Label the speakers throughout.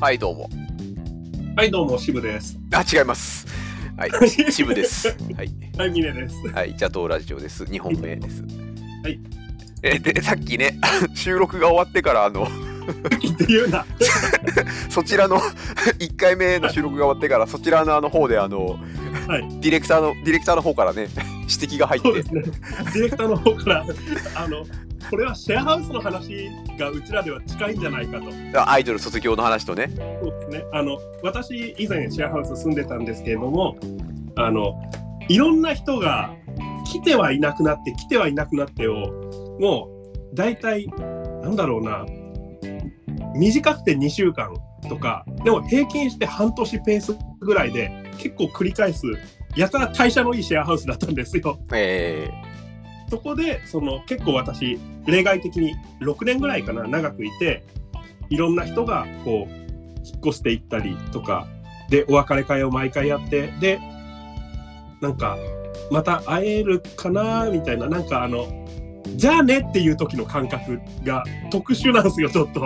Speaker 1: はい、どうも。
Speaker 2: はい、どうも、渋 です。
Speaker 1: あ、違います。はい、 シブです。はい、
Speaker 2: はい、ミネです。。
Speaker 1: はい、チャトーラジオです。2本目です。はいえ、で、さっきね、 収録が終わってから、あの、
Speaker 2: って言うな。
Speaker 1: そちらの 1回目の収録が終わってから、そちらのあの方で、あの、
Speaker 2: はい、
Speaker 1: ディレクターの、ディレクターの方からね、指摘が入っ
Speaker 2: そうで
Speaker 1: て、
Speaker 2: すね。ディレクターの方から、あの、これはシェアハウスの話がうちらでは近いんじゃないかと。
Speaker 1: アイドル卒業の話とね、
Speaker 2: そうですね。あの、私、以前シェアハウス住んでたんですけれども、あの、いろんな人が来てはいなくなって、来てはいなくなってを、もう、大体、なんだろうな、短くて2週間とか、でも平均して半年ペースぐらいで、結構繰り返す、やたら代謝のいいシェアハウスだったんですよ。
Speaker 1: え
Speaker 2: そこでその結構私例外的に6年ぐらいかな長くいていろんな人がこう引っ越していったりとかでお別れ会を毎回やってでなんかまた会えるかなみたいななんかあのじゃあねっていう時の感覚が特殊なんですよちょっと。
Speaker 1: ー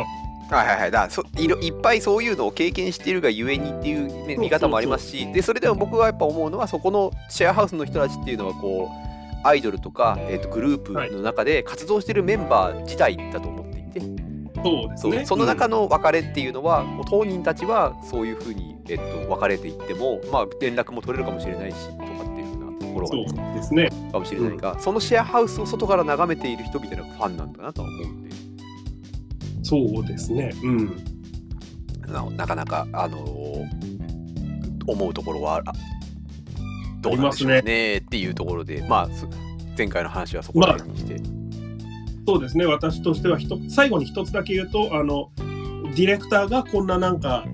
Speaker 1: はいはいはい、だからそいろいっぱいそういうのを経験しているがゆえにっていう、ね、
Speaker 2: そう
Speaker 1: 見方もありますしでそれでも僕はやっぱ思うのはそこのシェアハウスの人たちっていうのはこうアイドルとか、えー、とグループの中で活動しているメンバー自体だと思っていて、
Speaker 2: そうで
Speaker 1: そうその中の別れっていうのは、こう当人たちはそういうふうに、えっと別れていっても、まあ、連絡も取れるかもしれないしとかっていうふうなところが
Speaker 2: そ
Speaker 1: ね、
Speaker 2: うですね。
Speaker 1: かもしれないが、そのシェアハウスを外から眺めている人みたいなファンなんだなとは思うんで。
Speaker 2: そうですね。うん。
Speaker 1: ななかなか、あのー思うところはあど
Speaker 2: あ
Speaker 1: う
Speaker 2: り
Speaker 1: なん
Speaker 2: ま
Speaker 1: ですしょうね
Speaker 2: ね
Speaker 1: っていうところで、まあ、す前回の話はそこら辺にして、
Speaker 2: そうですね私としては一つ最後に一つだけ言うとあのディレクターがこんななんか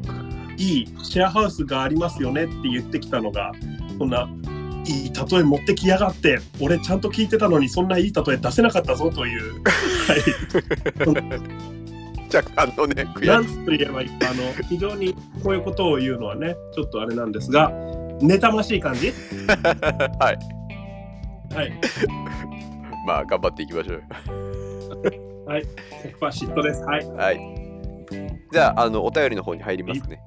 Speaker 2: いいシェアハウスがありますよねって言ってきたのがこんないい例え持ってきやがって俺ちゃんと聞いてたのにそんないい例え出せなかったぞという、はい、
Speaker 1: じゃああのね悔
Speaker 2: なん
Speaker 1: しい
Speaker 2: と言えばいいかあの非常にこういうことを言うのはねちょっとあれなんですが妬ましい感じ
Speaker 1: はい
Speaker 2: はい
Speaker 1: まあ頑張っていきましょうよ
Speaker 2: 100%嫉妬ですはい
Speaker 1: はいじゃああのお便りの方に入りますね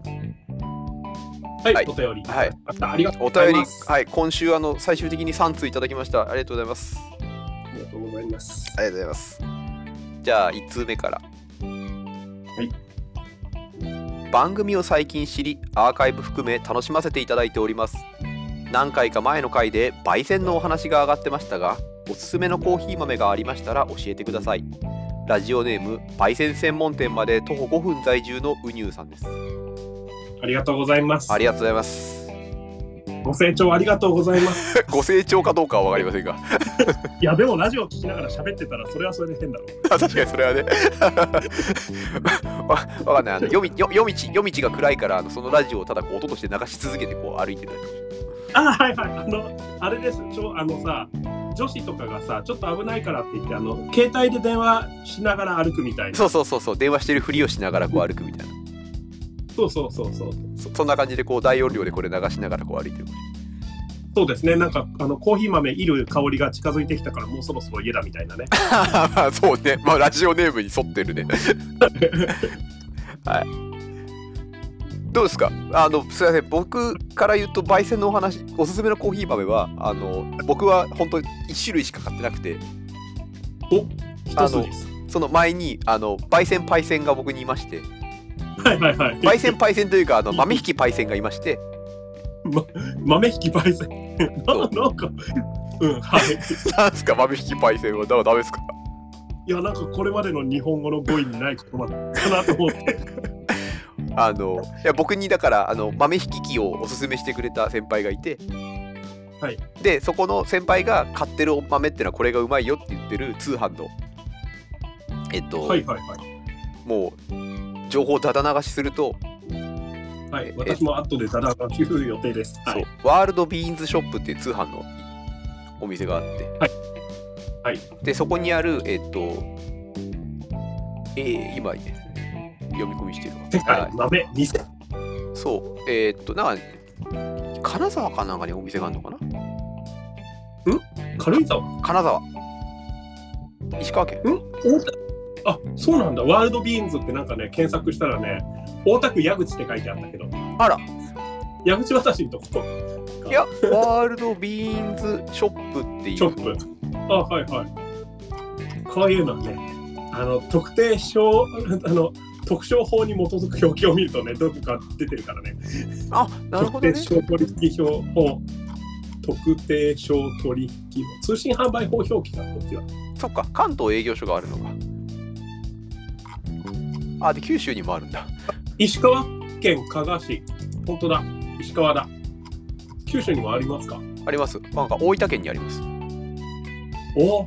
Speaker 2: はい、
Speaker 1: はい
Speaker 2: お便り、
Speaker 1: はい
Speaker 2: あったありがとう
Speaker 1: お
Speaker 2: ござ
Speaker 1: 便
Speaker 2: い
Speaker 1: り
Speaker 2: ます
Speaker 1: はい今週あの最終的に3通いただきましたありがとうございます
Speaker 2: ありがとうございます
Speaker 1: ありがとうございますじゃあ1通目から
Speaker 2: はい
Speaker 1: 番組を最近知りアーカイブ含め楽しませていただいております何回か前の回で焙煎のお話が上がってましたがおすすめのコーヒー豆がありましたら教えてくださいラジオネーム焙煎専門店まで徒歩5分在住のウニューさんです
Speaker 2: ありがとうございます
Speaker 1: ありがとうございます
Speaker 2: ご清聴ありがとうございます。
Speaker 1: ご成長かどうかは分かりませんが
Speaker 2: いや、でもラジオ聞きながら喋ってたら、それはそれで変だろう。
Speaker 1: 確かにそれはね わわかんないあの夜道夜道夜道が暗いからあのそのラジオをただこう音として流し続けてこう歩いてるだけかもしれない
Speaker 2: あ、はいはい。あの、あれです。ちょあのさ、女子とかがさ、ちょっと危ないからって言って、あの、携帯で電話しながら歩くみたいな。
Speaker 1: そうそうそうそう電話してるふりをしながらこう歩くみたいな
Speaker 2: そうそうそうそう。
Speaker 1: そそんな感じでこう大容量でこれ流しながらこう歩いてる
Speaker 2: そうですね。なんか、あの、コーヒー豆いる香りが近づいてきたから、もうそろそろ家だみたいなね。
Speaker 1: そうねまあラジオネームに沿ってるねはいどうですかあのすいません僕から言うと焙煎のお話おすすめのコーヒー豆はあの僕は本当に1種類しか買ってなくて
Speaker 2: 一筋です。
Speaker 1: その前にあの焙煎パイセンが僕にいまして
Speaker 2: はいはいはい。
Speaker 1: 焙煎パイセンというかあの豆引きパイセンがいまして
Speaker 2: 豆引き焙煎。なんかなんか、うん、はい。
Speaker 1: なんすか豆引きパイセンはだダメですか
Speaker 2: いや、なんかこれまでの日本語の語彙にない言葉かなと思って。
Speaker 1: あのいや僕にだからあの豆引き機をおすすめしてくれた先輩がいて、
Speaker 2: はい、
Speaker 1: でそこの先輩が買ってるお豆ってのはこれがうまいよって言ってる通販のえっと、
Speaker 2: はいはいはい。
Speaker 1: もう情報をだだ流しすると、
Speaker 2: は
Speaker 1: え
Speaker 2: い、私も後でただ流す予定です。は
Speaker 1: そう
Speaker 2: い、
Speaker 1: ワールドビーンズショップっていう通販のお店があって、
Speaker 2: はいはい
Speaker 1: でそこにあるえっとえー今読み込みしてるわ
Speaker 2: 世
Speaker 1: はい
Speaker 2: 界豆店。
Speaker 1: そう、えーっと、なんか、金沢かなんかにお店があるのかな
Speaker 2: 軽井沢。ん
Speaker 1: 金沢。石川県。
Speaker 2: 大あそうなんだワールドビーンズってなんかね検索したらね大田区矢口って書いてあったけど
Speaker 1: あら
Speaker 2: 矢口私のとこ
Speaker 1: いやワールドビーンズショップっていう
Speaker 2: ショップあはいはいこういうのねあの特定商 あの特徴法に基づく表記を見るとねどこか出てるからね
Speaker 1: あなるほどね
Speaker 2: 特定商取引表法特定商取引法通信販売法表記だこっちは
Speaker 1: そっか関東営業所があるのかあで九州にもあるんだ
Speaker 2: 石川県加賀市本当だ石川だ九州にもありますか
Speaker 1: ありますなんか大分県にあります
Speaker 2: お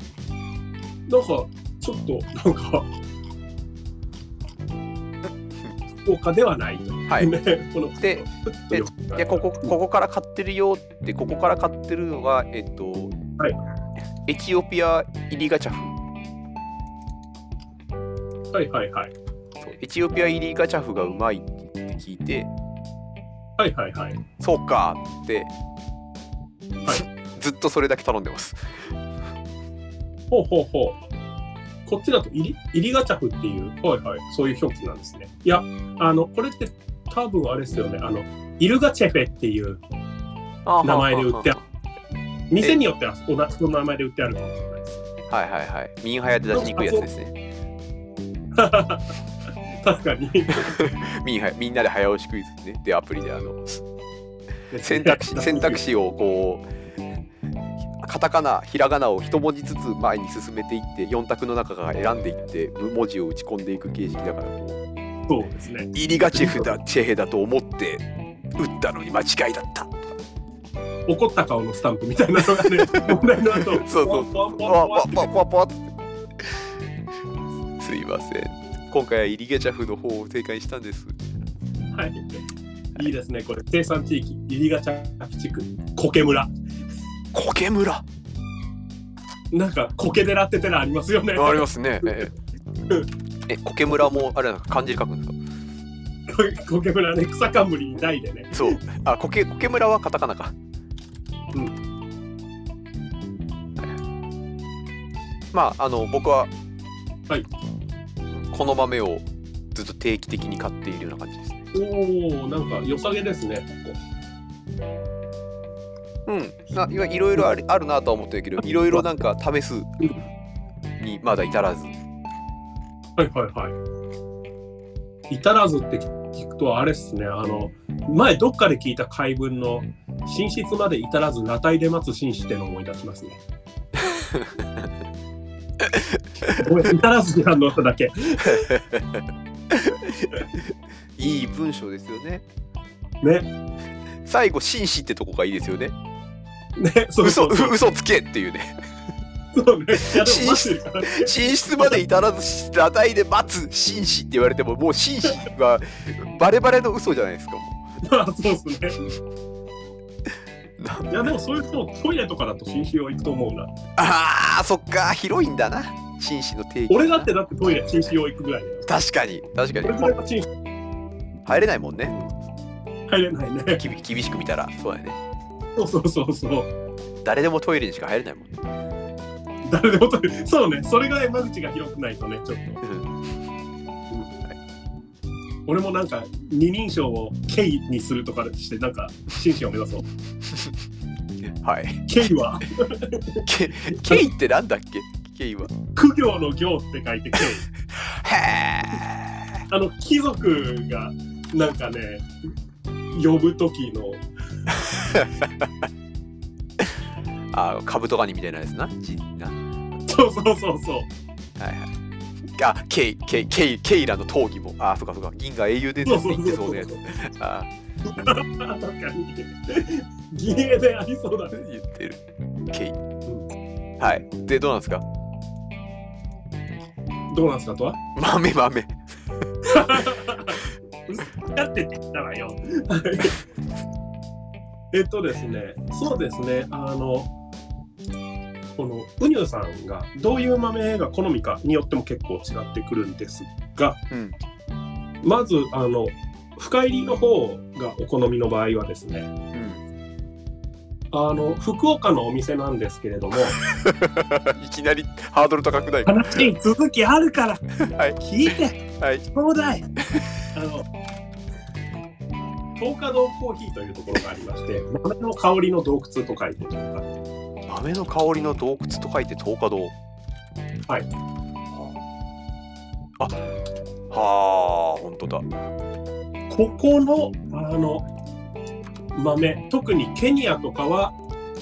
Speaker 2: なんかちょっとなんか福岡ではないと、
Speaker 1: はい
Speaker 2: ねこの
Speaker 1: でででここここから買ってるよってここから買ってるのがえっと、
Speaker 2: はい
Speaker 1: エチオピア入りガチャフ
Speaker 2: はいはいはい
Speaker 1: そうエチオピア入りガチャフがうまいって聞いて
Speaker 2: はいはいはい
Speaker 1: そうかって、
Speaker 2: は
Speaker 1: ずっとそれだけ頼んでます
Speaker 2: ほうほうほう。こっちだと入り、入りガチャフっていう、はいはい、そういう表記なんですね。いや、あの、これって多分あれですよね、あの、イルガチェフェっていう、名前で売ってある店によっては同じの名前で売ってあるかもしれないです。
Speaker 1: はいはいはいミンハヤで出しにくいやつですね
Speaker 2: 確かに。
Speaker 1: ミンハヤみんなで早押しクイズねでアプリであの選択肢選択。肢をこうカタカナひらがなを一文字ずつ前に進めていって4択の中から選んでいって文字を打ち込んでいく形式だからこう
Speaker 2: そうですね。
Speaker 1: 入りがチェフだチェヘだと思って打ったのに間違いだった
Speaker 2: 怒った顔のスタンプみたいなのが ね、問題の後、
Speaker 1: そうそう
Speaker 2: ポワンポワ
Speaker 1: わ
Speaker 2: ンポワン
Speaker 1: わ
Speaker 2: って
Speaker 1: わわわってすいません今回はイリゲチャフの方を正解したんです
Speaker 2: はい。いいですね、これ、生産地域、イリガチャフ地区、苔村。
Speaker 1: 苔村あ
Speaker 2: なんか、苔寺って寺ありますよね。
Speaker 1: りますねえええ苔村もあれなんか漢字で書くんですか
Speaker 2: 苔村ね、草冠に台でね。
Speaker 1: そうあ苔苔村はカタカナか
Speaker 2: うん
Speaker 1: はいまああの僕は、
Speaker 2: はい
Speaker 1: この豆をずっと定期的に買っているような感じですね
Speaker 2: おお、なんか良さげですね。こ
Speaker 1: うん、ないわいろいろありあるなとは思ってるけどいろいろなんか試すにまだ至らず
Speaker 2: こはいはいはい。至らずって聞くとあれっすね。あの前どっかで聞いた解文の寝室まで至らず裸体で待つ紳士ってのを思い出しますね。ごめん至らずに反応しただけ。
Speaker 1: いい文章ですよね
Speaker 2: ね、
Speaker 1: 最後紳士ってとこがいいですよね
Speaker 2: ね、そう
Speaker 1: 嘘
Speaker 2: そううそう。
Speaker 1: 嘘つけっていうね
Speaker 2: そうね。いやでも待ってるから。
Speaker 1: 寝室まで至らず裸体で待つ紳士って言われてももう紳士はバレバレの嘘じゃないですか
Speaker 2: まあそうっすね。いやでもそういう人もトイレとかだと紳士用行くと思うな。
Speaker 1: あーそっか広いんだな紳士の定義
Speaker 2: 俺だってだってトイレ紳士用行くぐらいだよ。
Speaker 1: 確かに確かに
Speaker 2: 俺ぐらいは紳士
Speaker 1: 入れないもんね
Speaker 2: 入れないね。
Speaker 1: きび厳しく見たらそうだよね
Speaker 2: そうそうそうそう。
Speaker 1: 誰でもトイレにしか入れないもんね
Speaker 2: 誰でも取る。そうね。それぐらい間口が広くないとね、ちょっと。俺もなんか二人称を K にするとかして、なんか紳士を目指そう。
Speaker 1: はい
Speaker 2: K は
Speaker 1: ケケイってなんだっけケイは。
Speaker 2: 苦行の行って書いて K。
Speaker 1: へ
Speaker 2: あの貴族がなんかね、呼ぶ時の。
Speaker 1: ーあ、カブトガニみたいなやつな。じなは
Speaker 2: そうそうそうそう。
Speaker 1: いはい。あ、ケイ、ケイ、ケイ、ケイラの討議も。あ、そっかそっか。銀河英雄伝
Speaker 2: そう
Speaker 1: 説
Speaker 2: そ
Speaker 1: に行って
Speaker 2: う
Speaker 1: そ
Speaker 2: そうう
Speaker 1: な やつ。あ
Speaker 2: 確かに。ギリでありそうだね。
Speaker 1: ー言ってる。ケイ。はい。で、どうなんですか
Speaker 2: どうなんすかとは
Speaker 1: 豆豆。
Speaker 2: だってって言ったわよ。えっとですね、そうですね、あの、このウニューさんがどういう豆が好みかによっても結構違ってくるんですが、
Speaker 1: うん。
Speaker 2: まず、あの、深入りの方がお好みの場合はですね、
Speaker 1: うん。
Speaker 2: あの福岡のお店なんですけれども
Speaker 1: いきなりハードル高くないか
Speaker 2: 話続きあるから
Speaker 1: はい
Speaker 2: 聞いて
Speaker 1: はい
Speaker 2: ちょうだいあの東華堂コーヒーというところがありまして豆の香りの洞窟と書いてとか
Speaker 1: 豆の香りの洞窟と書いて東華堂
Speaker 2: はい
Speaker 1: あはあ本当だ
Speaker 2: ここのあの豆特にケニアとかは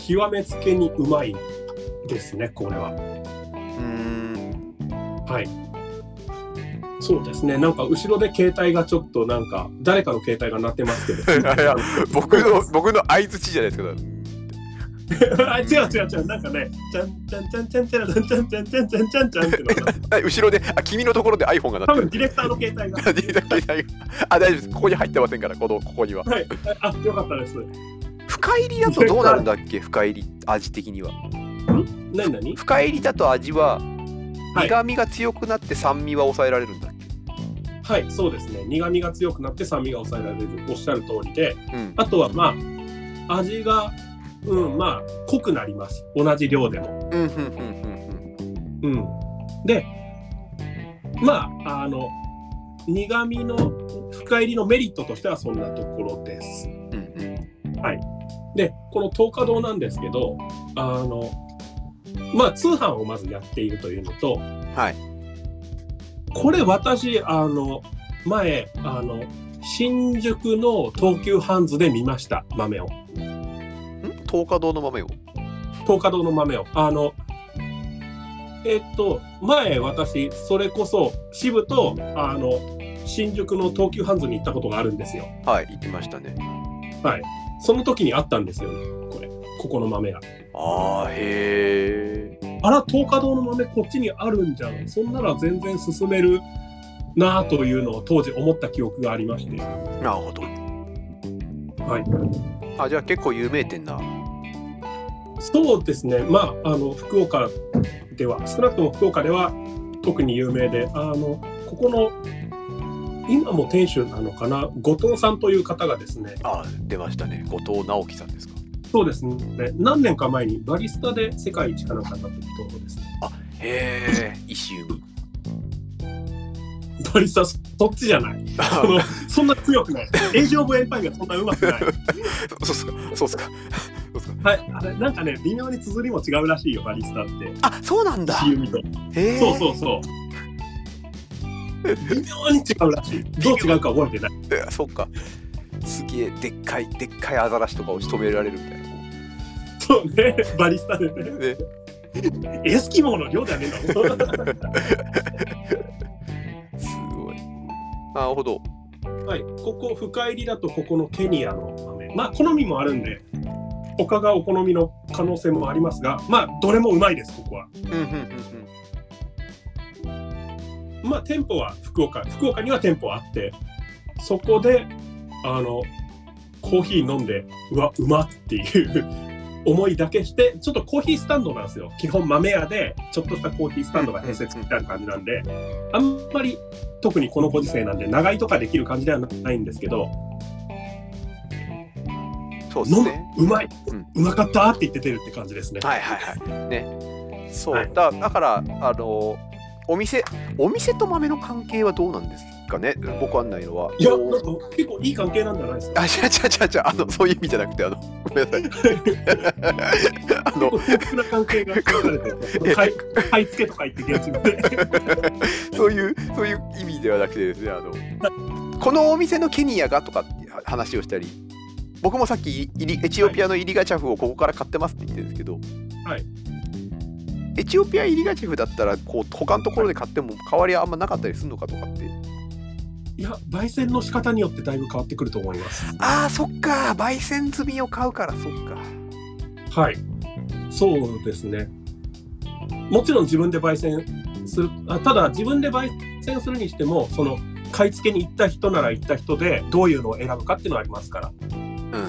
Speaker 2: 極めつけにうまいですねこれは。
Speaker 1: うーん
Speaker 2: はい。そうですね。なんか後ろで携帯がちょっとなんか誰かの携帯が鳴ってますけど。
Speaker 1: いや僕の僕の相槌じゃないですか
Speaker 2: あ違う違う違う。なんかね、ちゃんちゃんちゃんちゃんちゃんちゃんちゃんちゃんちゃんちゃんちゃんちゃんってのが
Speaker 1: あ後ろであ君のところで iPhone が鳴
Speaker 2: 多
Speaker 1: ってる
Speaker 2: 分ディレクターの携帯が。
Speaker 1: あ大丈夫ですここに入ってませんからこのここには
Speaker 2: はい。あよかったです。
Speaker 1: 深入りだとどうなるんだっけ深入り味的には
Speaker 2: 何何？
Speaker 1: 深入りだと味は
Speaker 2: はい
Speaker 1: 苦味が強くなって酸味は抑えられるんだっ
Speaker 2: はいそうですね。苦味が強くなって酸味が抑えられるおっしゃる通りで、
Speaker 1: けうん
Speaker 2: あとはまあ味がうんまあ濃くなります。同じ量でも。
Speaker 1: うんうんうんうんうん
Speaker 2: うん、でまああの苦味の深入りのメリットとしてはそんなところです。
Speaker 1: うん
Speaker 2: でこの東華堂なんですけどあのまあ通販をまずやっているというのと
Speaker 1: うんはい
Speaker 2: これ私あの前あの新宿の東急ハンズで見ました豆
Speaker 1: ん
Speaker 2: を
Speaker 1: 東華堂の豆を
Speaker 2: 東華堂の豆をあのえっと前私それこそ支部とあの新宿の東急ハンズに行ったことがあるんですよ
Speaker 1: はい行きましたね
Speaker 2: その時にあったんですよねこれここの豆が
Speaker 1: あーへえ
Speaker 2: あら東華堂の豆こっちにあるんじゃんそんなら全然進めるなあというのを当時思った記憶がありまして
Speaker 1: なるほど
Speaker 2: はい
Speaker 1: あじゃあ結構有名店な
Speaker 2: そうですね、まあ、あの福岡では、少なくとも福岡では特に有名で、あのここの今も店主なのかな、後藤さんという方がですね、
Speaker 1: あ出ましたね後藤直樹さんですか
Speaker 2: そうですね、何年か前にバリスタで世界一かなんかになってきたところですね。
Speaker 1: へえ石海
Speaker 2: バリスタ、そそっちじゃない。そのそんな強くない。エイジ・オブ・エンパイがそんなうまくない。
Speaker 1: そうっすかそうっすかそうっすか
Speaker 2: はい、あれなんかね、微妙に綴りも違うらしいよ、バリスタって。
Speaker 1: あそうなんだ
Speaker 2: 石海と。
Speaker 1: へえ
Speaker 2: そうそうそう。微妙に違うらしい。どう違うか覚えてない。
Speaker 1: えそっかすげえでっかいでっかいアザラシとか押し止められるみたいな
Speaker 2: そうね、バリスタでね。
Speaker 1: ね
Speaker 2: エスキモーの量じゃね えんだもん。
Speaker 1: すごいなるほど
Speaker 2: はい、ここ深入りだとここのケニアの豆。まあ好みもあるんで、他がお好みの可能性もありますが、まあどれもうまいです、ここは。
Speaker 1: うんうんうん
Speaker 2: まあ店舗は福岡、福岡には店舗あって、そこで、あの、コーヒー飲んで、うわ、うまっていう 思いだけして、ちょっとコーヒースタンドなんですよ。基本豆屋で、ちょっとしたコーヒースタンドが併設みたいな感じなんで、あんまり特にこのご時世なんで、長居とかできる感じではないんですけ
Speaker 1: う
Speaker 2: ど、
Speaker 1: んそうで
Speaker 2: 飲
Speaker 1: す
Speaker 2: む
Speaker 1: ね、
Speaker 2: うまい、
Speaker 1: うん
Speaker 2: うまかったって言って出るって感じですね。
Speaker 1: はいはいはいねそう、
Speaker 2: はい
Speaker 1: だだからあのお店お店と豆の関係はどうなんですかね僕案内のはい
Speaker 2: や、なんか結構いい関係なんじゃないですか。
Speaker 1: あ、違う違う違う違う、あの、そういう意味じゃなくて、あの、ごめんなさ い。あの、
Speaker 2: 結構幸福な関 係が作られてる。買い買い付けとか言って現地で。
Speaker 1: そういう、そういう意味ではなくてですね、あの。このお店のケニアがとかって話をしたり。僕もさっきイリエチオピアのイリガチャフをここから買ってますって言ってるんですけど、
Speaker 2: はい
Speaker 1: エチオピアイリガチャフだったらこう他のところで買っても変わりはあんまなかったりするのかとかって
Speaker 2: いや、焙煎の仕方によってだいぶ変わってくると思います。
Speaker 1: あーそっか焙煎済みを買うからそっか
Speaker 2: はい。そうですね。もちろん自分で焙煎する、あただ自分で焙煎するにしても、その買い付けに行った人なら行った人で、どういうのを選ぶかっていうのはありますから。
Speaker 1: うんうんう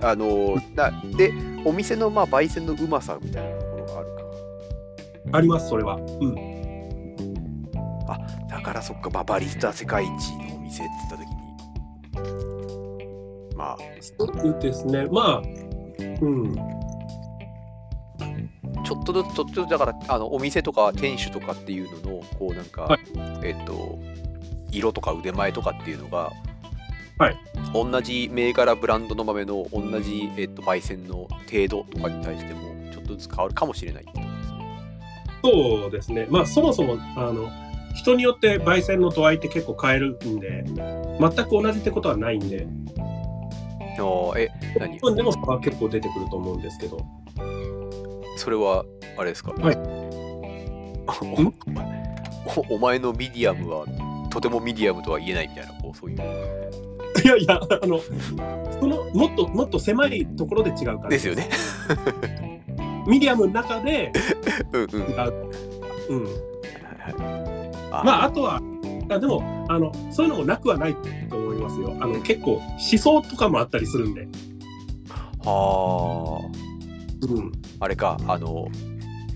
Speaker 1: んあのーなでお店のまあ焙煎のうまさみたいなところがあるか
Speaker 2: あります、それは。うん。
Speaker 1: だからそっか、まあ、バリスタ世界一のお店って言った時にまあ
Speaker 2: そうですね。まあ、うん。
Speaker 1: ちょっとずつちょっとずつだからあのお店とか店主とかっていうののこうなんか、
Speaker 2: はい
Speaker 1: えっと色とか腕前とかっていうのが、
Speaker 2: はい
Speaker 1: 同じ銘柄ブランドの豆の同じ、えっと、焙煎の程度とかに対してもちょっとずつ変わるかもしれないってことですね。
Speaker 2: そうですね、まあ、そもそもあの人によって焙煎の度合いって結構変えるんで、全く同じってことはないんで、
Speaker 1: あーえ何
Speaker 2: 部分でも差は結構出てくると思うんですけど、
Speaker 1: それはあれですか、
Speaker 2: はい
Speaker 1: おおお前のミディアムはとてもミディアムとは言えないみたいなこうそういう
Speaker 2: いやいや、あのそのもっともっと狭いところで違うから、
Speaker 1: です よね。
Speaker 2: ミディアムの中 で、
Speaker 1: うんうんはい
Speaker 2: うん、
Speaker 1: はい
Speaker 2: まああとはあでもあのそういうのもなくはないと思いますよあの結構思想とかもあったりするんで、
Speaker 1: はあ
Speaker 2: うん、
Speaker 1: あれかあの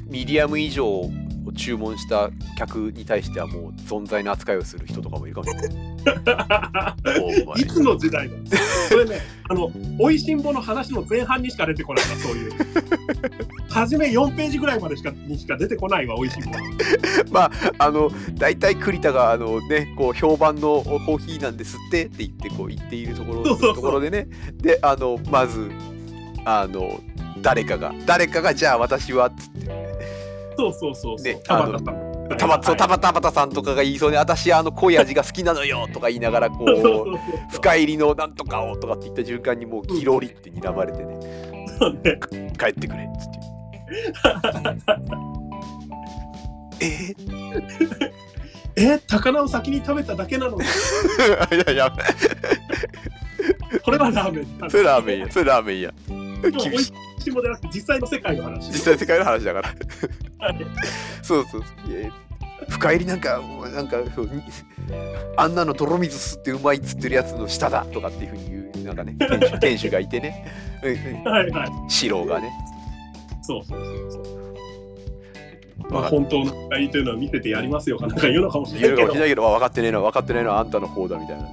Speaker 1: ミディアム以上を注文した客に対してはもう存在の扱いをする人とかもいるかもし れない。お前
Speaker 2: いつの時代だそれねあの「おいしんぼ」の話の前半にしか出てこないなそういう初め4ページぐらいまでしかにしか出てこないわおいしんぼ
Speaker 1: まああの大体栗田があのねこう評判のコーヒーなんですってって言ってこう言っているところ
Speaker 2: そうそうそう
Speaker 1: ところでねであのまずあの誰かが誰かがじゃあ私はっつって
Speaker 2: そうそうそうそう
Speaker 1: ね
Speaker 2: たまたま
Speaker 1: たまそうた
Speaker 2: ま
Speaker 1: またまたさんとかが言いそうに私あの濃い味が好きなのよとか言いながらこ
Speaker 2: そうそう
Speaker 1: う
Speaker 2: そう
Speaker 1: 深入りのなんとかをとかって言った瞬間にもうギロリって睨まれてね
Speaker 2: そうね
Speaker 1: 帰ってくれっつって。えー
Speaker 2: え高菜を先に食べただけなのに
Speaker 1: いやいや、
Speaker 2: これはラーメン
Speaker 1: それラーメンや、それラーメンや。
Speaker 2: でも
Speaker 1: 厳しい
Speaker 2: おいしんぼじゃなくて実際の世界の話
Speaker 1: 実際世界の話だから
Speaker 2: はい
Speaker 1: そうそうそういや深入りなんかもうなんかそうにあんなの泥水吸ってうまいっつってるやつの下だとかっていうふうに言うなんかね 店主店主がいてねうんうん
Speaker 2: はいはい
Speaker 1: 四郎がね
Speaker 2: そうそうそうそう。ま
Speaker 1: わ
Speaker 2: あ
Speaker 1: かっ
Speaker 2: 本当の深いというのは見せてやりますよかなんか言うのかもし
Speaker 1: 言え
Speaker 2: れ
Speaker 1: る
Speaker 2: な
Speaker 1: か
Speaker 2: い
Speaker 1: もし
Speaker 2: け
Speaker 1: れないけ
Speaker 2: ど。
Speaker 1: どあ分かってねえのは分かってねえのはあんたの方だみたいなね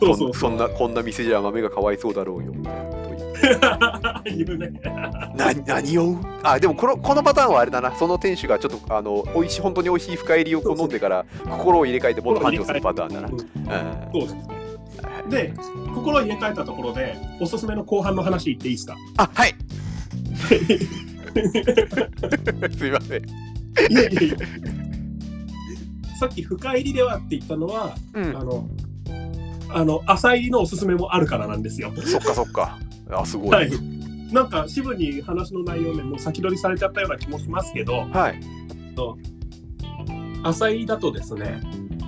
Speaker 2: そうそう
Speaker 1: こんそんなこんな店じゃ豆がかわいそうだろうよみたいなことを言う
Speaker 2: 言うね。
Speaker 1: な何をあでもこのこのパターンはあれだなその店主がちょっとあの美味しい本当に美味しい深入りをこう飲んでから心を入れ替えてもっと繁盛するパターンだな、
Speaker 2: う
Speaker 1: うんん
Speaker 2: そうですね。で心を入れ替えたところでおすすめの後半の話言っていい ですか。
Speaker 1: あはいすいません。
Speaker 2: いやいやいや。さっき深入りではって言ったのは、
Speaker 1: う
Speaker 2: あ
Speaker 1: ん、
Speaker 2: のあの浅入りのおすすめもあるからなんですよ。
Speaker 1: そっかそっか。あすごい。
Speaker 2: はい。なんか支部に話の内容ねもう先取りされちゃったような気もしますけど。
Speaker 1: はい。
Speaker 2: 浅井だとですね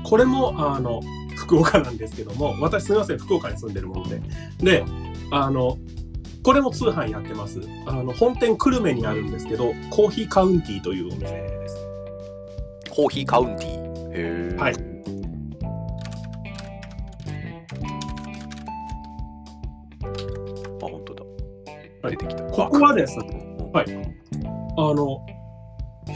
Speaker 2: これもあの福岡なんですけども私すみません福岡に住んでるもんでであのこれも通販やってますあの本店久留米にあるんですけどコーヒーカウンティーというお店です
Speaker 1: コーヒーカウンティー。へえ。
Speaker 2: はい
Speaker 1: あ本当だ。
Speaker 2: は
Speaker 1: 出
Speaker 2: い
Speaker 1: てきた。
Speaker 2: ここはですね
Speaker 1: うん
Speaker 2: はいあの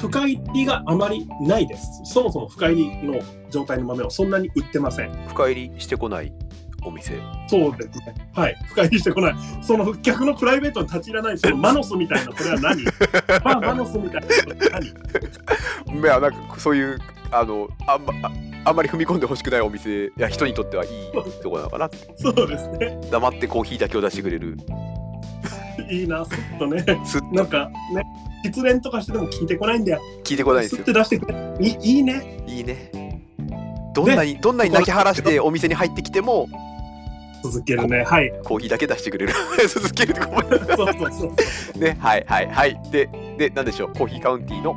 Speaker 2: 深入りがあまりないですそもそも深入りの状態の豆をそんなに売ってません
Speaker 1: 深入りしてこないお店。
Speaker 2: そうですねはい深入りしてこないその客のプライベートに立ち入らないそのマノスみたいなこれ は何まあマノスみたいなこれは何
Speaker 1: いやなんかそういうあのあんまああんまり踏み込んでほしくないお店いや人にとってはいいとこなのかなって
Speaker 2: そうですね。
Speaker 1: 黙ってコーヒーだけを出してくれる
Speaker 2: いいな、すっとね。
Speaker 1: すっ
Speaker 2: なんかね、失恋とかしてても聞いてこないんだよ。
Speaker 1: 聞いてこないんです
Speaker 2: すっ
Speaker 1: よ
Speaker 2: て出してくれ。いいいね。
Speaker 1: いいねどんなにどんなに泣き晴らしてお店に入ってきても
Speaker 2: 続けるね。はい。
Speaker 1: コーヒーだけ出してくれる 続けるってごめん
Speaker 2: そうそうそう。
Speaker 1: ねはいはいはいででなんでしょうコーヒーカウンティーの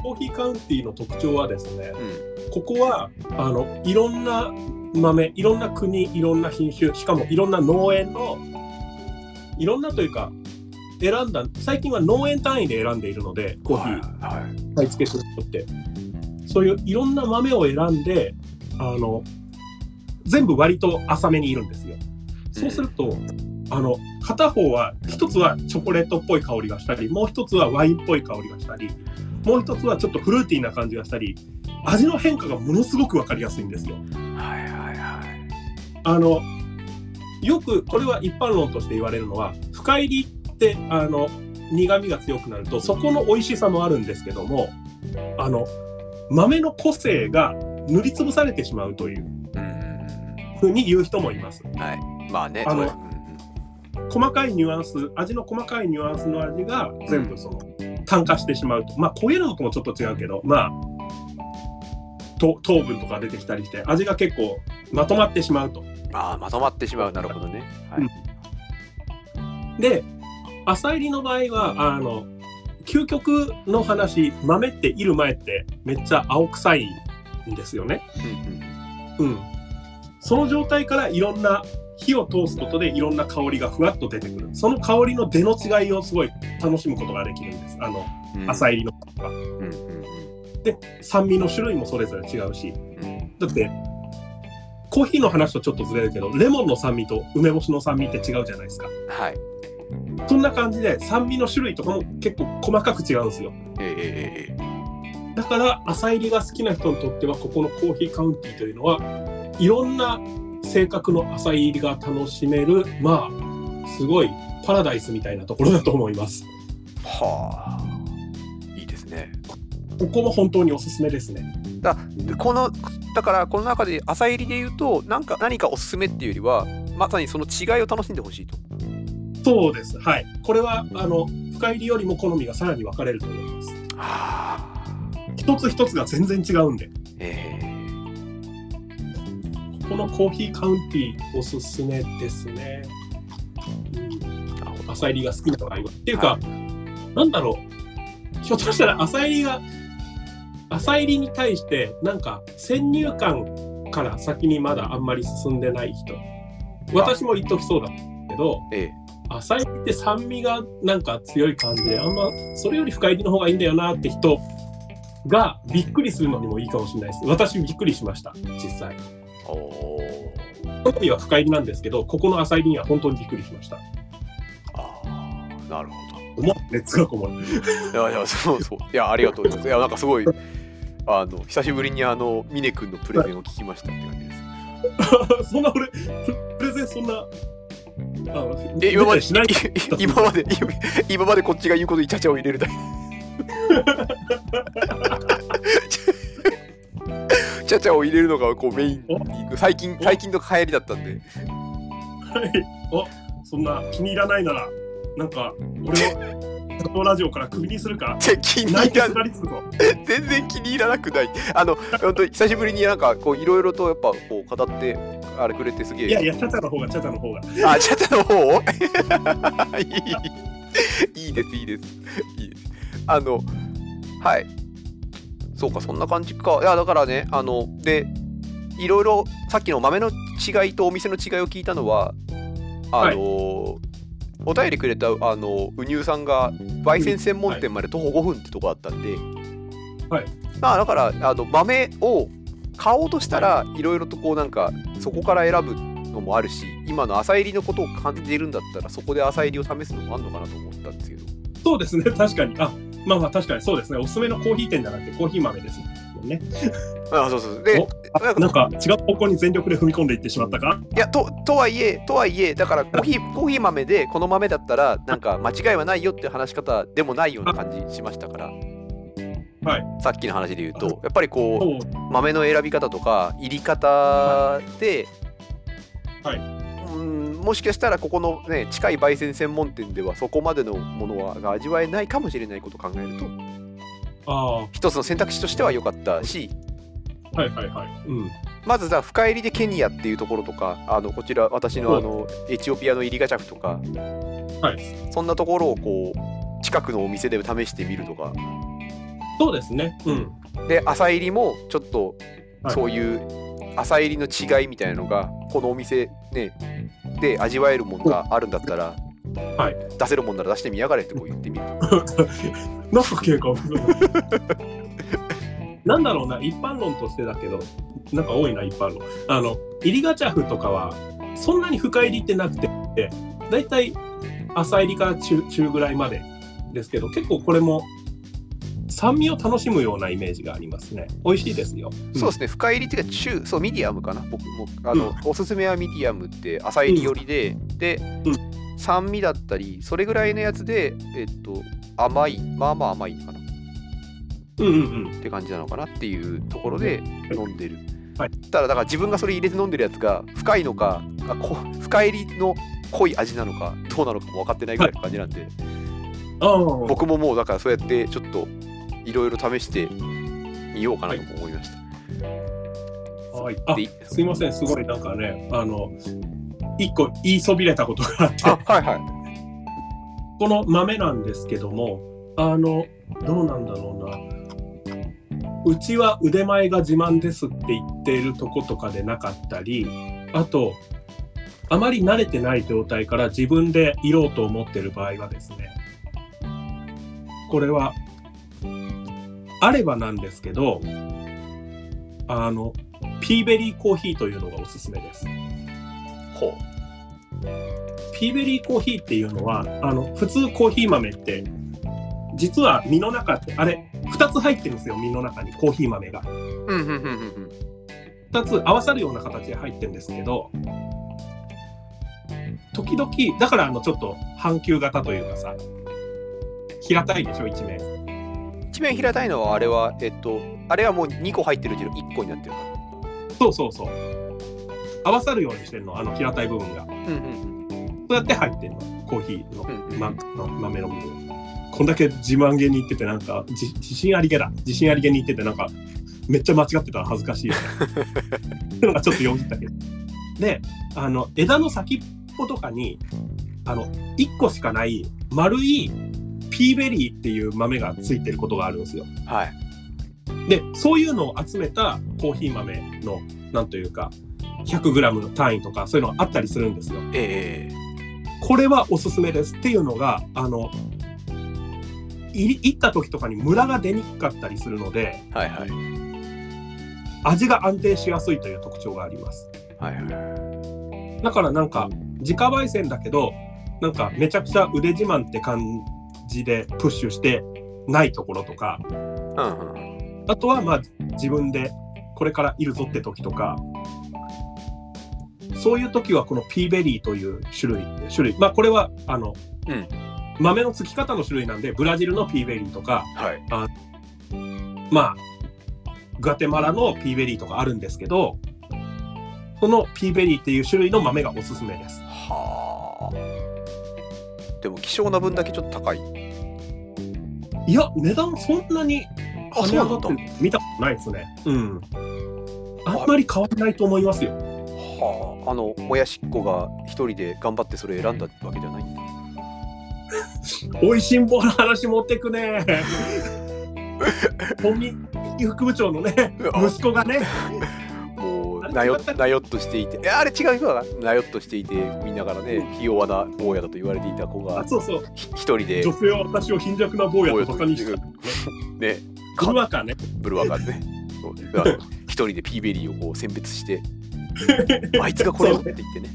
Speaker 2: コーヒーカウンティーの特徴はですね、
Speaker 1: うん
Speaker 2: ここは、あの、いろんな豆、いろんな国、いろんな品種、しかもいろんな農園の、いろんなというか、選んだ、最近は農園単位で選んでいるので、コーヒー。
Speaker 1: はい
Speaker 2: 買い付けする人ってそういういろんな豆を選んであの全部割と浅めにいるんですよそうすると、あの片方は一つはチョコレートっぽい香りがしたりもう一つはワインっぽい香りがしたりもう一つはちょっとフルーティーな感じがしたり味の変化がものすごく分かりやすいんですよ
Speaker 1: はいはいはい
Speaker 2: あのよくこれは一般論として言われるのは深入りってあの苦味が強くなるとそこの美味しさもあるんですけどもあの豆の個性が塗りつぶされてしまうという
Speaker 1: うんうん
Speaker 2: ふうに言う人もいます
Speaker 1: うんはいまあね
Speaker 2: あの
Speaker 1: そう
Speaker 2: 細かいニュアンス味の細かいニュアンスの味が全部その炭化してしまうとまあ焦げるのともちょっと違うけどまあと糖分とか出てきたりして味が結構まとまってしまうと
Speaker 1: ああまとまってしまうなるほどねはい、
Speaker 2: うんで朝入りの場合はあの究極の話豆っている前ってめっちゃ青臭いんですよね。
Speaker 1: うんうん
Speaker 2: うん、その状態からいろんな火を通すことでいろんな香りがふわっと出てくるその香りの出の違いをすごい楽しむことができるんですあの
Speaker 1: うん
Speaker 2: 朝入りのとか
Speaker 1: うんうんうん
Speaker 2: 酸味の種類もそれぞれ違うし
Speaker 1: うん
Speaker 2: だってコーヒーの話とちょっとずれるけどレモンの酸味と梅干しの酸味って違うじゃないですか
Speaker 1: はい
Speaker 2: そんな感じで酸味の種類とかも結構細かく違うんですよ
Speaker 1: ええええええ
Speaker 2: だから朝入りが好きな人にとってはここのコーヒーカウンティーというのはいろんな性格の朝入りが楽しめるまあすごいパラダイスみたいなところだと思います
Speaker 1: はあいいですね
Speaker 2: ここも本当におすすめですね
Speaker 1: でこのだからこの中で朝入りで言うとなんか何かおすすめっていうよりはまさにその違いを楽しんでほしいと
Speaker 2: そうですはいこれはあの深入りよりも好みがさらに分かれると思います
Speaker 1: ああ
Speaker 2: 一つ一つが全然違うんで
Speaker 1: ええ
Speaker 2: このコーヒーカウンティーおすすめですね、うん
Speaker 1: なるほど
Speaker 2: 朝入りが好きな場合は。っていうか、なんだろう、ひょっとしたら朝入りが、朝入りに対して、なんか先入観から先にまだあんまり進んでない人、私も言っときそうだけど、
Speaker 1: ええ
Speaker 2: 朝入りって酸味がなんか強い感じで、あんまそれより深入りの方がいいんだよなって人がびっくりするのにもいいかもしれないです。私びっくりしました、実際。
Speaker 1: おお
Speaker 2: 好みは深入りなんですけど、ここの朝入りには本当にびっくりしました。
Speaker 1: ああなるほど
Speaker 2: 思って熱がこもる。
Speaker 1: いやいやそうそういやありがとうございますいやなんかすごいあの久しぶりにあの峰君のプレゼンを聞きましたって感じです
Speaker 2: そんな俺、ププレゼンそんな。あ
Speaker 1: え今まで
Speaker 2: しない。
Speaker 1: い 今まで今までこっちが言うことにイチャチャを入れるだけイチャチャを入れるのがこうメイン最近最近の帰りだったんで
Speaker 2: はいおそんな気に入らないなら、なんか、俺を、佐藤ラジオからクビにするか。
Speaker 1: で気に
Speaker 2: 泣い
Speaker 1: 入
Speaker 2: て
Speaker 1: ら
Speaker 2: すらりつくぞ。
Speaker 1: 全然気に入らなくないあの本当に久しぶりになんかこういろいろとやっぱこう語ってあれくれてすげえ
Speaker 2: いやいや、チャチャの方が、チャチャの方が。
Speaker 1: あ、チャタの方 いいいいです、いいです。いいです。あの、はい。そうか、そんな感じか。いや、だからね、あの、で、いろいろ、さっきの豆の違いとお店の違いを聞いたのは、あの、お便りくれた、あの、うにゅうさんが、焙煎専門店まで徒歩5分ってとこあったんで、
Speaker 2: はい。
Speaker 1: まあ、だから、あの、豆を買おうとしたら、いろいろとこう、なんか、そこから選ぶのもあるし今の朝入りのことを感じるんだったらそこで朝入りを試すのもあるのかなと思ったんですけど
Speaker 2: そうですね、 確かに。あ、まあまあ、確かに、そうですね。おすすめのコーヒー店じゃなくて、コーヒー豆です。もんね。
Speaker 1: あそうそうそうで
Speaker 2: あ
Speaker 1: なんか
Speaker 2: なんか、違う方向に全力で踏み込んでいってしまったか。
Speaker 1: いやととはいえとはいえだからコーヒーコーヒー豆でこの豆だったらなんか間違いはないよって話し方でもないような感じしましたから、
Speaker 2: はい
Speaker 1: さっきの話で言うとやっぱりこう
Speaker 2: そう
Speaker 1: 豆の選び方とか入り方で、
Speaker 2: はい
Speaker 1: うんもしかしたらここの、ね、近い焙煎専門店ではそこまでのものはが味わえないかもしれないことを考えると
Speaker 2: あ
Speaker 1: 一つの選択肢としては良かったし
Speaker 2: あ、はいはいはい。うん。
Speaker 1: まずさ深入りでケニアっていうところとかあのこちら私の
Speaker 2: はい
Speaker 1: あのエチオピアのイリガチャフとか、
Speaker 2: はい
Speaker 1: そんなところをこう近くのお店で試してみるとか
Speaker 2: そうですね。うん。
Speaker 1: で朝入りもちょっと
Speaker 2: はい
Speaker 1: そういう朝入りの違いみたいなのがこのお店、ね、で味わえるものがあるんだったら、
Speaker 2: はい
Speaker 1: 出せるもんなら出してみやがれってこう言ってみる。
Speaker 2: なんか経過なんだろうな、一般論としてだけど、なんか多いな、一般論。あの、入りガチャフとかは、そんなに深入りってなくて、だいたい朝入りから中中ぐらいまでですけど、結構これも酸味を楽しむようなイメージがありますね。美味しいですよ。
Speaker 1: そうですね、深入りっていうか中、そう、ミディアムかな、僕も。あの、おすすめはミディアムって、浅入り寄りで、で、
Speaker 2: うん
Speaker 1: 酸味だったりそれぐらいのやつでえっと甘いまあまあ甘いのかな
Speaker 2: うんうん
Speaker 1: って感じなのかなっていうところで飲んでる、
Speaker 2: はい
Speaker 1: ただだから自分がそれ入れて飲んでるやつが深いのかあこ深入りの濃い味なのかどうなのかも分かってないぐらいの感じなんで、
Speaker 2: うん。ああ。
Speaker 1: 僕ももうだからそうやってちょっといろいろ試してみようかなとも思いました、
Speaker 2: はい、あ
Speaker 1: で
Speaker 2: すいません、すごいなんかね、あの、一個言いそびれたことがあって、
Speaker 1: あはいはい
Speaker 2: この豆なんですけども、あの、どうなんだろうな、うちは腕前が自慢ですって言っているとことかでなかったり、あと、あまり慣れてない状態から自分でいろうと思ってる場合はですね、これは、あればなんですけど、あの、ピーベリーコーヒーというのがおすすめです。
Speaker 1: ほう
Speaker 2: ピーベリーコーヒーっていうのはあの普通コーヒー豆って実は実の中ってあれ2つ入ってるんですよ実の中にコーヒー豆が
Speaker 1: うんうんうんうん
Speaker 2: 2つ合わさるような形で入ってるんですけど時々だからあのちょっと半球型というかさ平たいでしょ一面
Speaker 1: うん一面平たいのはあれはえっとあれはもう2個入ってるうちの1個になってるか
Speaker 2: そうそうそう合わさるようにしてるのあの平たい部分
Speaker 1: ら
Speaker 2: が
Speaker 1: うんうん
Speaker 2: そうやって入ってるのコーヒーの
Speaker 1: うんうん
Speaker 2: ま、の豆の部分こんだけ自慢げに言っててなんかじ自信ありげだ自信ありげに言っててなんかめっちゃ間違ってたら恥ずかしいよねってのがちょっとよぎったけどであの枝の先っぽとかにあの1個しかない丸いピーベリーっていう豆がついてることがあるんですよ
Speaker 1: はい
Speaker 2: でそういうのを集めたコーヒー豆のなんというか 100g の単位とかそういうのがあったりするんですよ
Speaker 1: ええ
Speaker 2: これはおすすめですっていうのがあのい行った時とかにムラが出にくかったりするので
Speaker 1: はいはい
Speaker 2: 味が安定しやすいという特徴があります
Speaker 1: はいはい
Speaker 2: だからなんか自家焙煎だけどなんかめちゃくちゃ腕自慢って感じでプッシュしてないところとか
Speaker 1: うんうんうん
Speaker 2: あとはまあ自分でこれからいるぞって時とかそういう時はこのピーベリーという種類種類まあこれはあの、
Speaker 1: うん
Speaker 2: 豆の付き方の種類なんでブラジルのピーベリーとか
Speaker 1: はい
Speaker 2: まあガテマラのピーベリーとかあるんですけどそのピーベリーっていう種類の豆がおすすめです
Speaker 1: はあでも希少な分だけちょっと高い
Speaker 2: いや値段そんなに
Speaker 1: あそうなんだ
Speaker 2: 跳ね上がってる見たことないですねうんあんまり変わらないと思いますよ
Speaker 1: はああのもやしっこが一人で頑張ってそれ選んだってわけじゃないんだ
Speaker 2: おいしんぼの話持って くね。本人副部長のね
Speaker 1: う、わ
Speaker 2: 息子がね、
Speaker 1: もう
Speaker 2: あれ
Speaker 1: なよ
Speaker 2: 違った
Speaker 1: なよっとしていていやあれ違うかなよっとしていてみんなからねひ弱な坊やだと言われていた子が
Speaker 2: あそうそう、
Speaker 1: ひ一人で
Speaker 2: 女性は私を貧弱な坊やとバカにしてた。
Speaker 1: ね
Speaker 2: この中ね、
Speaker 1: ブルワーがねそうだから一人でピーベリーをこう選別 してあいつがこれをって言ってね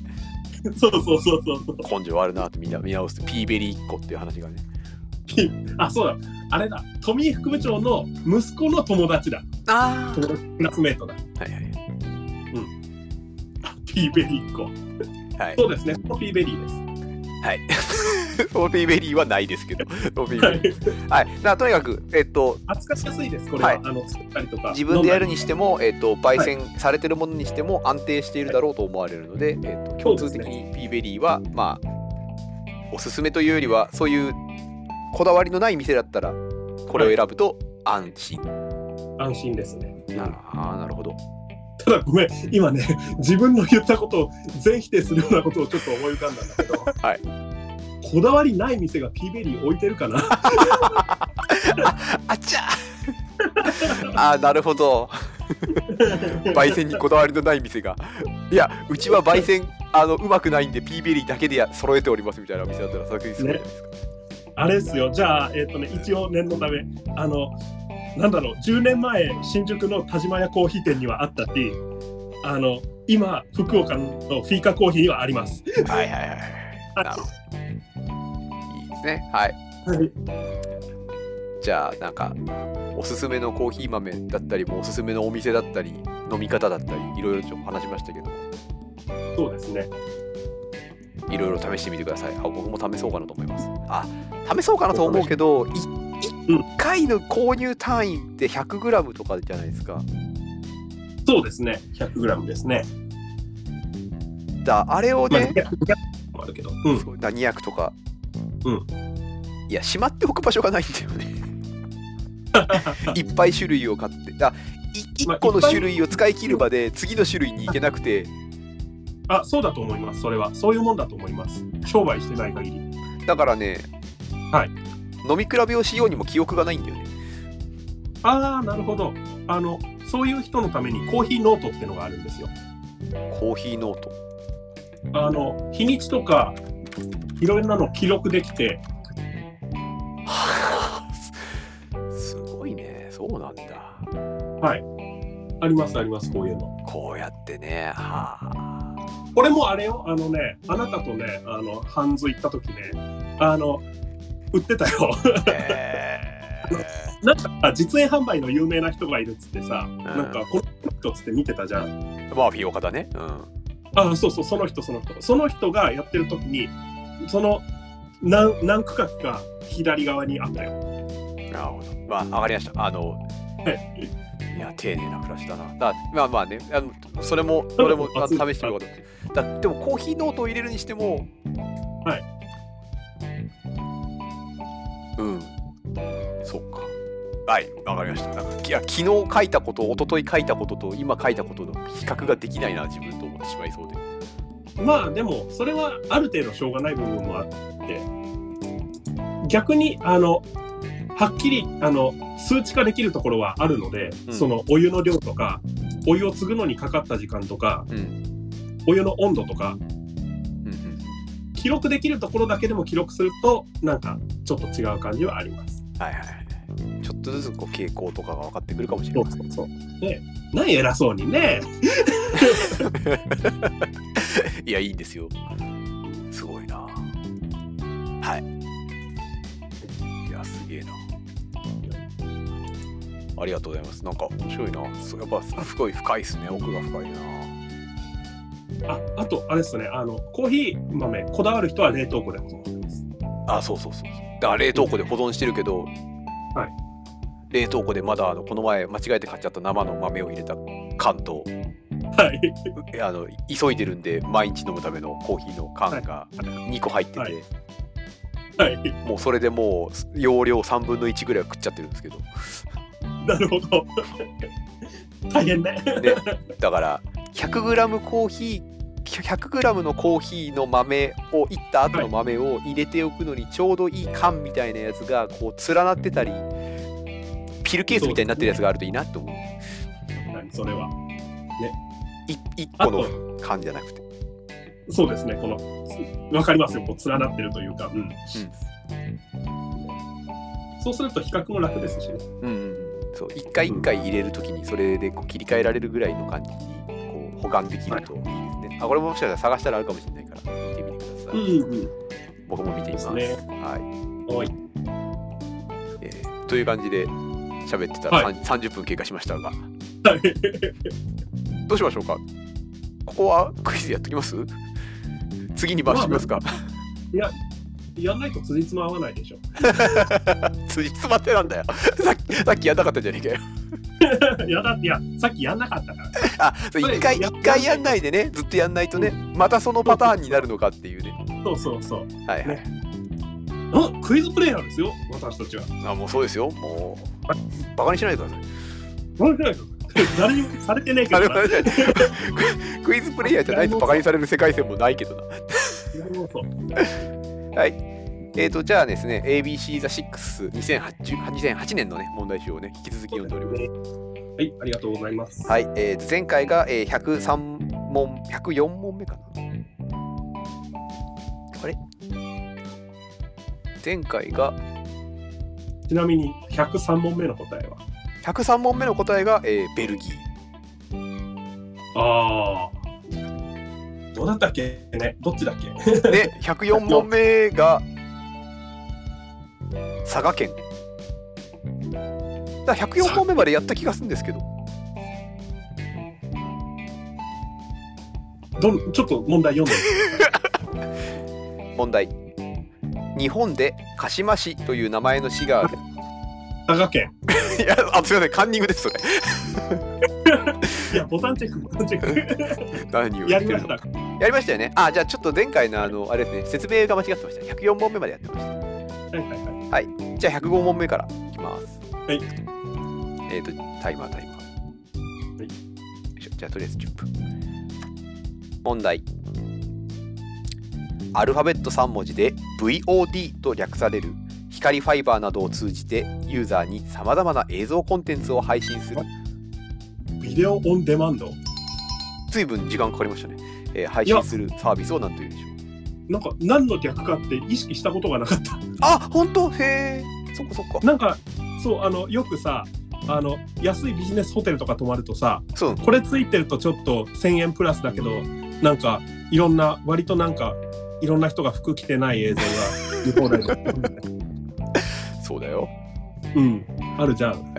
Speaker 2: そうそうそうそうそう。
Speaker 1: 根性あるなってみんな見直すとピーベリーっ子っていう話がね
Speaker 2: あ、そうだ、あれだ、富井副部長の息子の友達だ、
Speaker 1: あ
Speaker 2: 友達クラスメートだ、
Speaker 1: はいはい
Speaker 2: ピーベリーっ子。
Speaker 1: はい
Speaker 2: そうですね、このピーベリーです。
Speaker 1: はい。ソーピーベリーはないですけど、ソーピーベリー。はい。だからとにかく、えっと、
Speaker 2: 扱いやすいです、これは、
Speaker 1: はい
Speaker 2: あの作ったりとか。
Speaker 1: 自分でやる
Speaker 2: 飲んだり
Speaker 1: にしても、えっと、焙煎されてるものにしても安定しているだろうと思われるので、えっと、共通的にピーベリーは、まあ、おすすめというよりは、そういうこだわりのない店だったら、これを選ぶと安心。
Speaker 2: 安心ですね。
Speaker 1: ああ、なるほど。
Speaker 2: ただごめん今ね自分の言ったことを全否定するようなことをちょっと思い浮かんだんだけど、
Speaker 1: はい
Speaker 2: こだわりない店がピーベリー置いてるかな
Speaker 1: あちゃあーな るほど焙煎にこだわりのない店がいやうちは焙煎あのうまくないんでピーベリーだけでや揃えておりますみたいな店だったら作品すごいじゃないですか、
Speaker 2: あれですよじゃあ、えっとね、一応念のためあのなんだろう10年前新宿の田島屋コーヒー店にはあったしあの今福岡のフィーカコーヒーにはあります。
Speaker 1: はいはいはいなるほどいいですねはい
Speaker 2: はい
Speaker 1: じゃあなんかおすすめのコーヒー豆だったりもおすすめのお店だったり飲み方だったりいろいろちょっと話しましたけど
Speaker 2: そうですね
Speaker 1: いろいろ試してみてくださいあ僕も試そうかなと思いますあ試そうかなと思うけど1回の購入単位って 100g とかじゃないですか
Speaker 2: そうですね、100g ですね。
Speaker 1: だあれを
Speaker 2: まあ、
Speaker 1: ね、
Speaker 2: 200もあるけど。うん。
Speaker 1: そうだ200とか、
Speaker 2: うん
Speaker 1: いやしまっておく場所がないんだよ ねいっぱい種類を買ってだ
Speaker 2: まあ
Speaker 1: 1個の種類を使い切るまで次の種類に行けなくて
Speaker 2: あ、そうだと思います、それは。そういうもんだと思います。商売してない限り。
Speaker 1: だからね、
Speaker 2: はい
Speaker 1: 飲み比べをしようにも記憶がないんだよね
Speaker 2: ああ、なるほど。あの、そういう人のためにコーヒーノートってのがあるんですよ。
Speaker 1: コーヒーノート
Speaker 2: あの、日にちとか、いろんなの記録できて、
Speaker 1: はあすすごいねそうなんだ
Speaker 2: はい。あります、あります、こういうの。
Speaker 1: こうやってねはあ
Speaker 2: これもあれよ、あのね、あなたとね、あの、ハンズ行った時ね、あの、売ってたよ。
Speaker 1: えー
Speaker 2: なんか、実演販売の有名な人がいるっつってさ、なんか、この人っつって見てたじゃん。
Speaker 1: まあフィオカだねうん
Speaker 2: あそうそうその人その人その人がやってる時にその何何区画か左側にあったよ
Speaker 1: なるほど。まあ、上がりました。あの、いや、丁寧な暮らしだな。だまあまあね、あのそれも、そ れもあ試してみようと。だでも、コーヒーノートを入れるにしても、。
Speaker 2: はい
Speaker 1: うん。そっか。はい、わかりました。なんかいや昨日書いたこと、一昨日書いたことと、今書いたことの比較ができないな、自分と思ってしまいそうで。
Speaker 2: まあでもそれはある程度しょうがない部分もあって逆にあのはっきりあの数値化できるところはあるので、
Speaker 1: うん
Speaker 2: そのお湯の量とかお湯を継ぐのにかかった時間とか
Speaker 1: うん。
Speaker 2: お湯の温度とか
Speaker 1: うんうん
Speaker 2: 記録できるところだけでも記録するとなんかちょっと違う感じはあります。
Speaker 1: はいはいはい。ちょっとずつこう傾向とかが分かってくるかもしれ
Speaker 2: そ
Speaker 1: ないう
Speaker 2: そうそうね何偉そうにね。
Speaker 1: いや、いいんですよ。すごいな。はい。いや、すげえな。ありがとうございます。なんか面白いな。そうやっぱすごい深いですね。奥が深いな。
Speaker 2: ああと、あれですね、あのコーヒー豆、こだわる人は冷凍庫で保存してます。
Speaker 1: あ、そうそうそう。だから冷凍庫で保存してるけど、
Speaker 2: はい
Speaker 1: 冷凍庫でまだあのこの前間違えて買っちゃった生の豆を入れた缶と
Speaker 2: はい。
Speaker 1: えあの急いでるんで毎日飲むためのコーヒーの缶が2個入ってて、
Speaker 2: はいはい。
Speaker 1: もうそれでもう容量3分の1ぐらいは食っちゃってるんですけど
Speaker 2: なるほど。大変ね。
Speaker 1: ね、だから 100g コーヒー 100g のコーヒーの豆をいった後の豆を入れておくのにちょうどいい缶みたいなやつがこう連なってたりピルケースみたいになってるやつがあるといいなと思う
Speaker 2: 何それは。
Speaker 1: い一
Speaker 2: あ
Speaker 1: 個の
Speaker 2: と、
Speaker 1: 缶じゃなくて
Speaker 2: そうですね、この、わかりますよ、こう連なってるというか。うん。そうすると比較も楽ですしね。
Speaker 1: うんうんうんそう一回一回入れるときにそれでこう切り替えられるぐらいの感じにこう保管できるといいですね、あこれももしかしたら探したらあるかもしれないから見てみてください、
Speaker 2: うん
Speaker 1: 僕も見ています
Speaker 2: です
Speaker 1: はい
Speaker 2: うん。はい。
Speaker 1: えーという感じで喋ってた
Speaker 2: は
Speaker 1: ら、三30分経過しましたが
Speaker 2: はい
Speaker 1: どうしましょうかここはクイズやっときます次に回しますか、
Speaker 2: やんないと辻褄合わないでしょ。
Speaker 1: 辻詰まってなんだよさっきさっきやんなかったじゃねえかよ
Speaker 2: やだって、いや、さっきやんなかったから。
Speaker 1: あそう
Speaker 2: そう
Speaker 1: 一回
Speaker 2: や
Speaker 1: 一回やんないでねずっとやんないとねまたそのパターンになるのかっていうね
Speaker 2: そうそうそう。
Speaker 1: はいはい、
Speaker 2: うん、クイズプレイヤーですよ、私たちは。
Speaker 1: あもうそうですよもうバカにしないでください
Speaker 2: 悪くないですよ誰にもされてねえけ
Speaker 1: あ
Speaker 2: ど
Speaker 1: れ
Speaker 2: な。
Speaker 1: はねクイズプレイヤーじゃないとバカにされる世界線もないけどな
Speaker 2: そう
Speaker 1: はい。えー、とじゃあですね、ABC ザ6 2008 2008年のね問題集をね引き続き読んでおります。
Speaker 2: はい、ありがとうございます。
Speaker 1: はい、えーと前回が、えー、103問104問目かな。あれ前回が
Speaker 2: ちなみに103問目の答えは
Speaker 1: 103問目の答えが、えーベルギー。
Speaker 2: ああ。どうだったっけねどっちだっけ
Speaker 1: で104問目が佐賀県。だから104問目までやった気がするんですけど。
Speaker 2: どんちょっと問題読んで
Speaker 1: 問題日本で鹿島市という名前の市がある
Speaker 2: 佐賀県。
Speaker 1: いやあすいませんカンニングですそれ
Speaker 2: いや、ボタンチェック、ボタンチェッ
Speaker 1: 何を
Speaker 2: ク。や
Speaker 1: 言っ
Speaker 2: り
Speaker 1: て
Speaker 2: ま
Speaker 1: る
Speaker 2: し
Speaker 1: の
Speaker 2: た。
Speaker 1: やりましたよねあじゃあちょっと前回のあのあれですね説明が間違ってました104問目までやってました
Speaker 2: はいはいはい。
Speaker 1: じゃあ105問目からいきます。
Speaker 2: はい。
Speaker 1: えっ、と、タイマー、タイマー。
Speaker 2: はい
Speaker 1: よいしょ。じゃあ、とりあえず10分。問題。アルファベット3文字で VOD と略される光ファイバーなどを通じてユーザーにさまざまな映像コンテンツを配信する
Speaker 2: ビデオオンデマンド。
Speaker 1: 随分時間かかりましたね、えー配信するサービスを何というでしょう
Speaker 2: なんか、何の逆かって意識したことがなかった。
Speaker 1: あ本当へえそっかそっか
Speaker 2: なんか、そう、あの、よくさ、あの、安いビジネスホテルとか泊まるとさ、
Speaker 1: そう
Speaker 2: これついてるとちょっと1000円プラスだけど、なんか、いろんな、割となんか、いろんな人が服着てない 映像が見放題じゃん
Speaker 1: そうだよ
Speaker 2: うん、あるじゃん。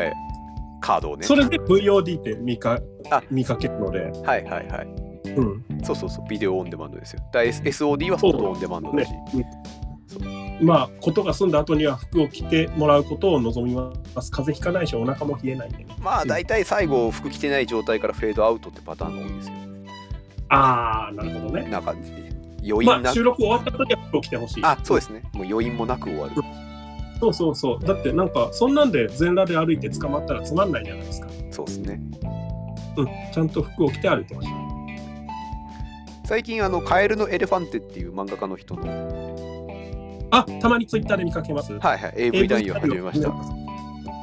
Speaker 1: カードをね
Speaker 2: それで VOD って見か
Speaker 1: あ
Speaker 2: 見かけるので、
Speaker 1: はいはいはい
Speaker 2: うん、
Speaker 1: そうそうそう、ビデオオンデマンドですよ。だ S- SOD はフォトオンデマンドだし、
Speaker 2: まあことが済んだ後には服を着てもらうことを望みます風邪ひかないしお腹も冷えないんで
Speaker 1: まあ大体最後、服着てない状態からフェードアウトってパターンが多いですよ。
Speaker 2: ああなるほどね
Speaker 1: なんか、余韻
Speaker 2: ま
Speaker 1: な
Speaker 2: あ
Speaker 1: く、
Speaker 2: 収録終わった後には服を着てほしい
Speaker 1: あ、そうですね。もう余韻もなく終わる。
Speaker 2: そうそうそうだってなんかそんなんで全裸で歩いて捕まったらつまんないじゃないですか、
Speaker 1: そうですね。
Speaker 2: うん、ちゃんと服を着て歩いてほしい
Speaker 1: 最近、あの、カエルのエレファンテっていう漫画家の人の、は
Speaker 2: あたまにツイッターで見かけます
Speaker 1: いはい、AV 男優を始めました。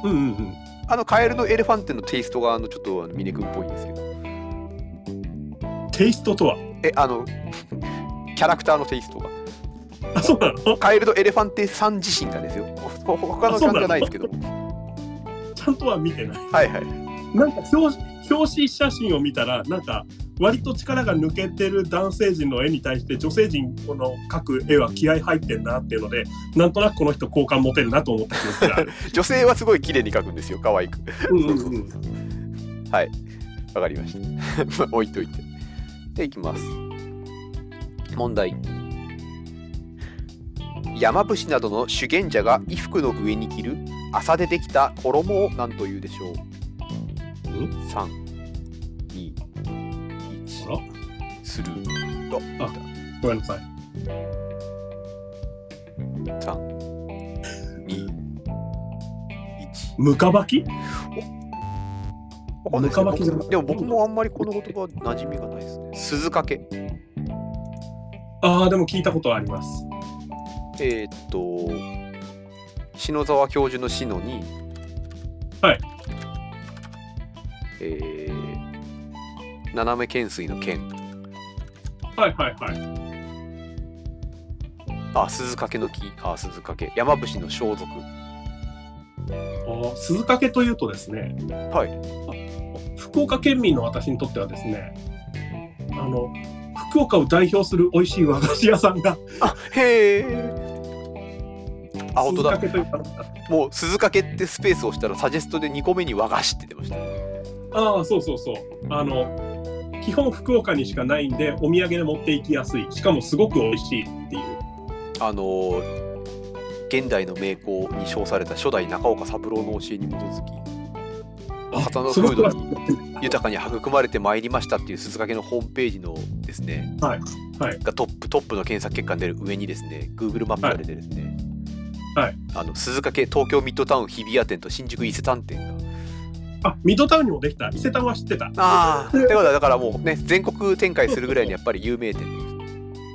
Speaker 2: うんうんうん
Speaker 1: あの、カエルのエレファンテのテイストが、あの、ちょっと、あのミネ君っぽいんですけど、
Speaker 2: テイストとは
Speaker 1: え、あの、 キャラクターのテイストが。
Speaker 2: あそうなの
Speaker 1: カエルのエレファンテさん自身がですよ。 ほ他の
Speaker 2: あそ
Speaker 1: さ
Speaker 2: うなんの
Speaker 1: じゃないですけど。
Speaker 2: ちゃんとは見てない
Speaker 1: はいはい。
Speaker 2: なんか表表紙写真を見たらなんか割と力が抜けてる男性陣の絵に対して女性陣の描く絵は気合入ってんなっていうのでなんとなくこの人好感持てるなと思った記憶がある。
Speaker 1: 女性はすごい綺麗に描くんですよ、可愛く。
Speaker 2: うんうんうん
Speaker 1: はい、わかりました。 まあ置いといて。で、いきます。問題。山伏などの修験者が衣服の上に着る麻でできた衣を何というでしょう ?3、2、1、する。
Speaker 2: ごめんなさい。
Speaker 1: 2、1。
Speaker 2: ムカバキ
Speaker 1: わかんないですね
Speaker 2: ムカバキじゃない
Speaker 1: 僕でも僕もあんまりこの言葉馴染みがないですね。鈴掛け。
Speaker 2: ああでも聞いたことはあります。
Speaker 1: えーっと、篠沢教授の篠に、
Speaker 2: はい。
Speaker 1: えー、斜め懸垂の剣、
Speaker 2: はいはいはい。
Speaker 1: あ、鈴掛けの木、あ、鈴掛け、山伏の装束。
Speaker 2: ああ鈴懸というとですね
Speaker 1: はい。
Speaker 2: 福岡県民の私にとってはですねあの福岡を代表する美味しい和菓子屋さんが
Speaker 1: あ、へえ。あ、本当だ。
Speaker 2: 鈴懸というか
Speaker 1: もう鈴掛けってスペースを押したら、サジェストで2個目に和菓子って出ました。
Speaker 2: ああそうそうそうあの基本福岡にしかないんでお土産で持っていきやすいしかもすごく美味しいっていう
Speaker 1: あのー現代の名工に称された初代中岡三郎の教えに基づき、旗の
Speaker 2: す
Speaker 1: フ
Speaker 2: ご
Speaker 1: ー
Speaker 2: く
Speaker 1: ド
Speaker 2: は
Speaker 1: に豊かに育まれてまいりましたっていう鈴掛けのホームページのですね、
Speaker 2: はいはい
Speaker 1: がトップトップの検索結果に出る上にですね Google マップが出てですね、
Speaker 2: はい
Speaker 1: あの鈴掛け東京ミッドタウン日比谷店と新宿伊勢丹店が
Speaker 2: あミッドタウンにもできた伊勢丹は知ってた
Speaker 1: ああってことはだからもうね全国展開するぐらいにやっぱり有名店ですね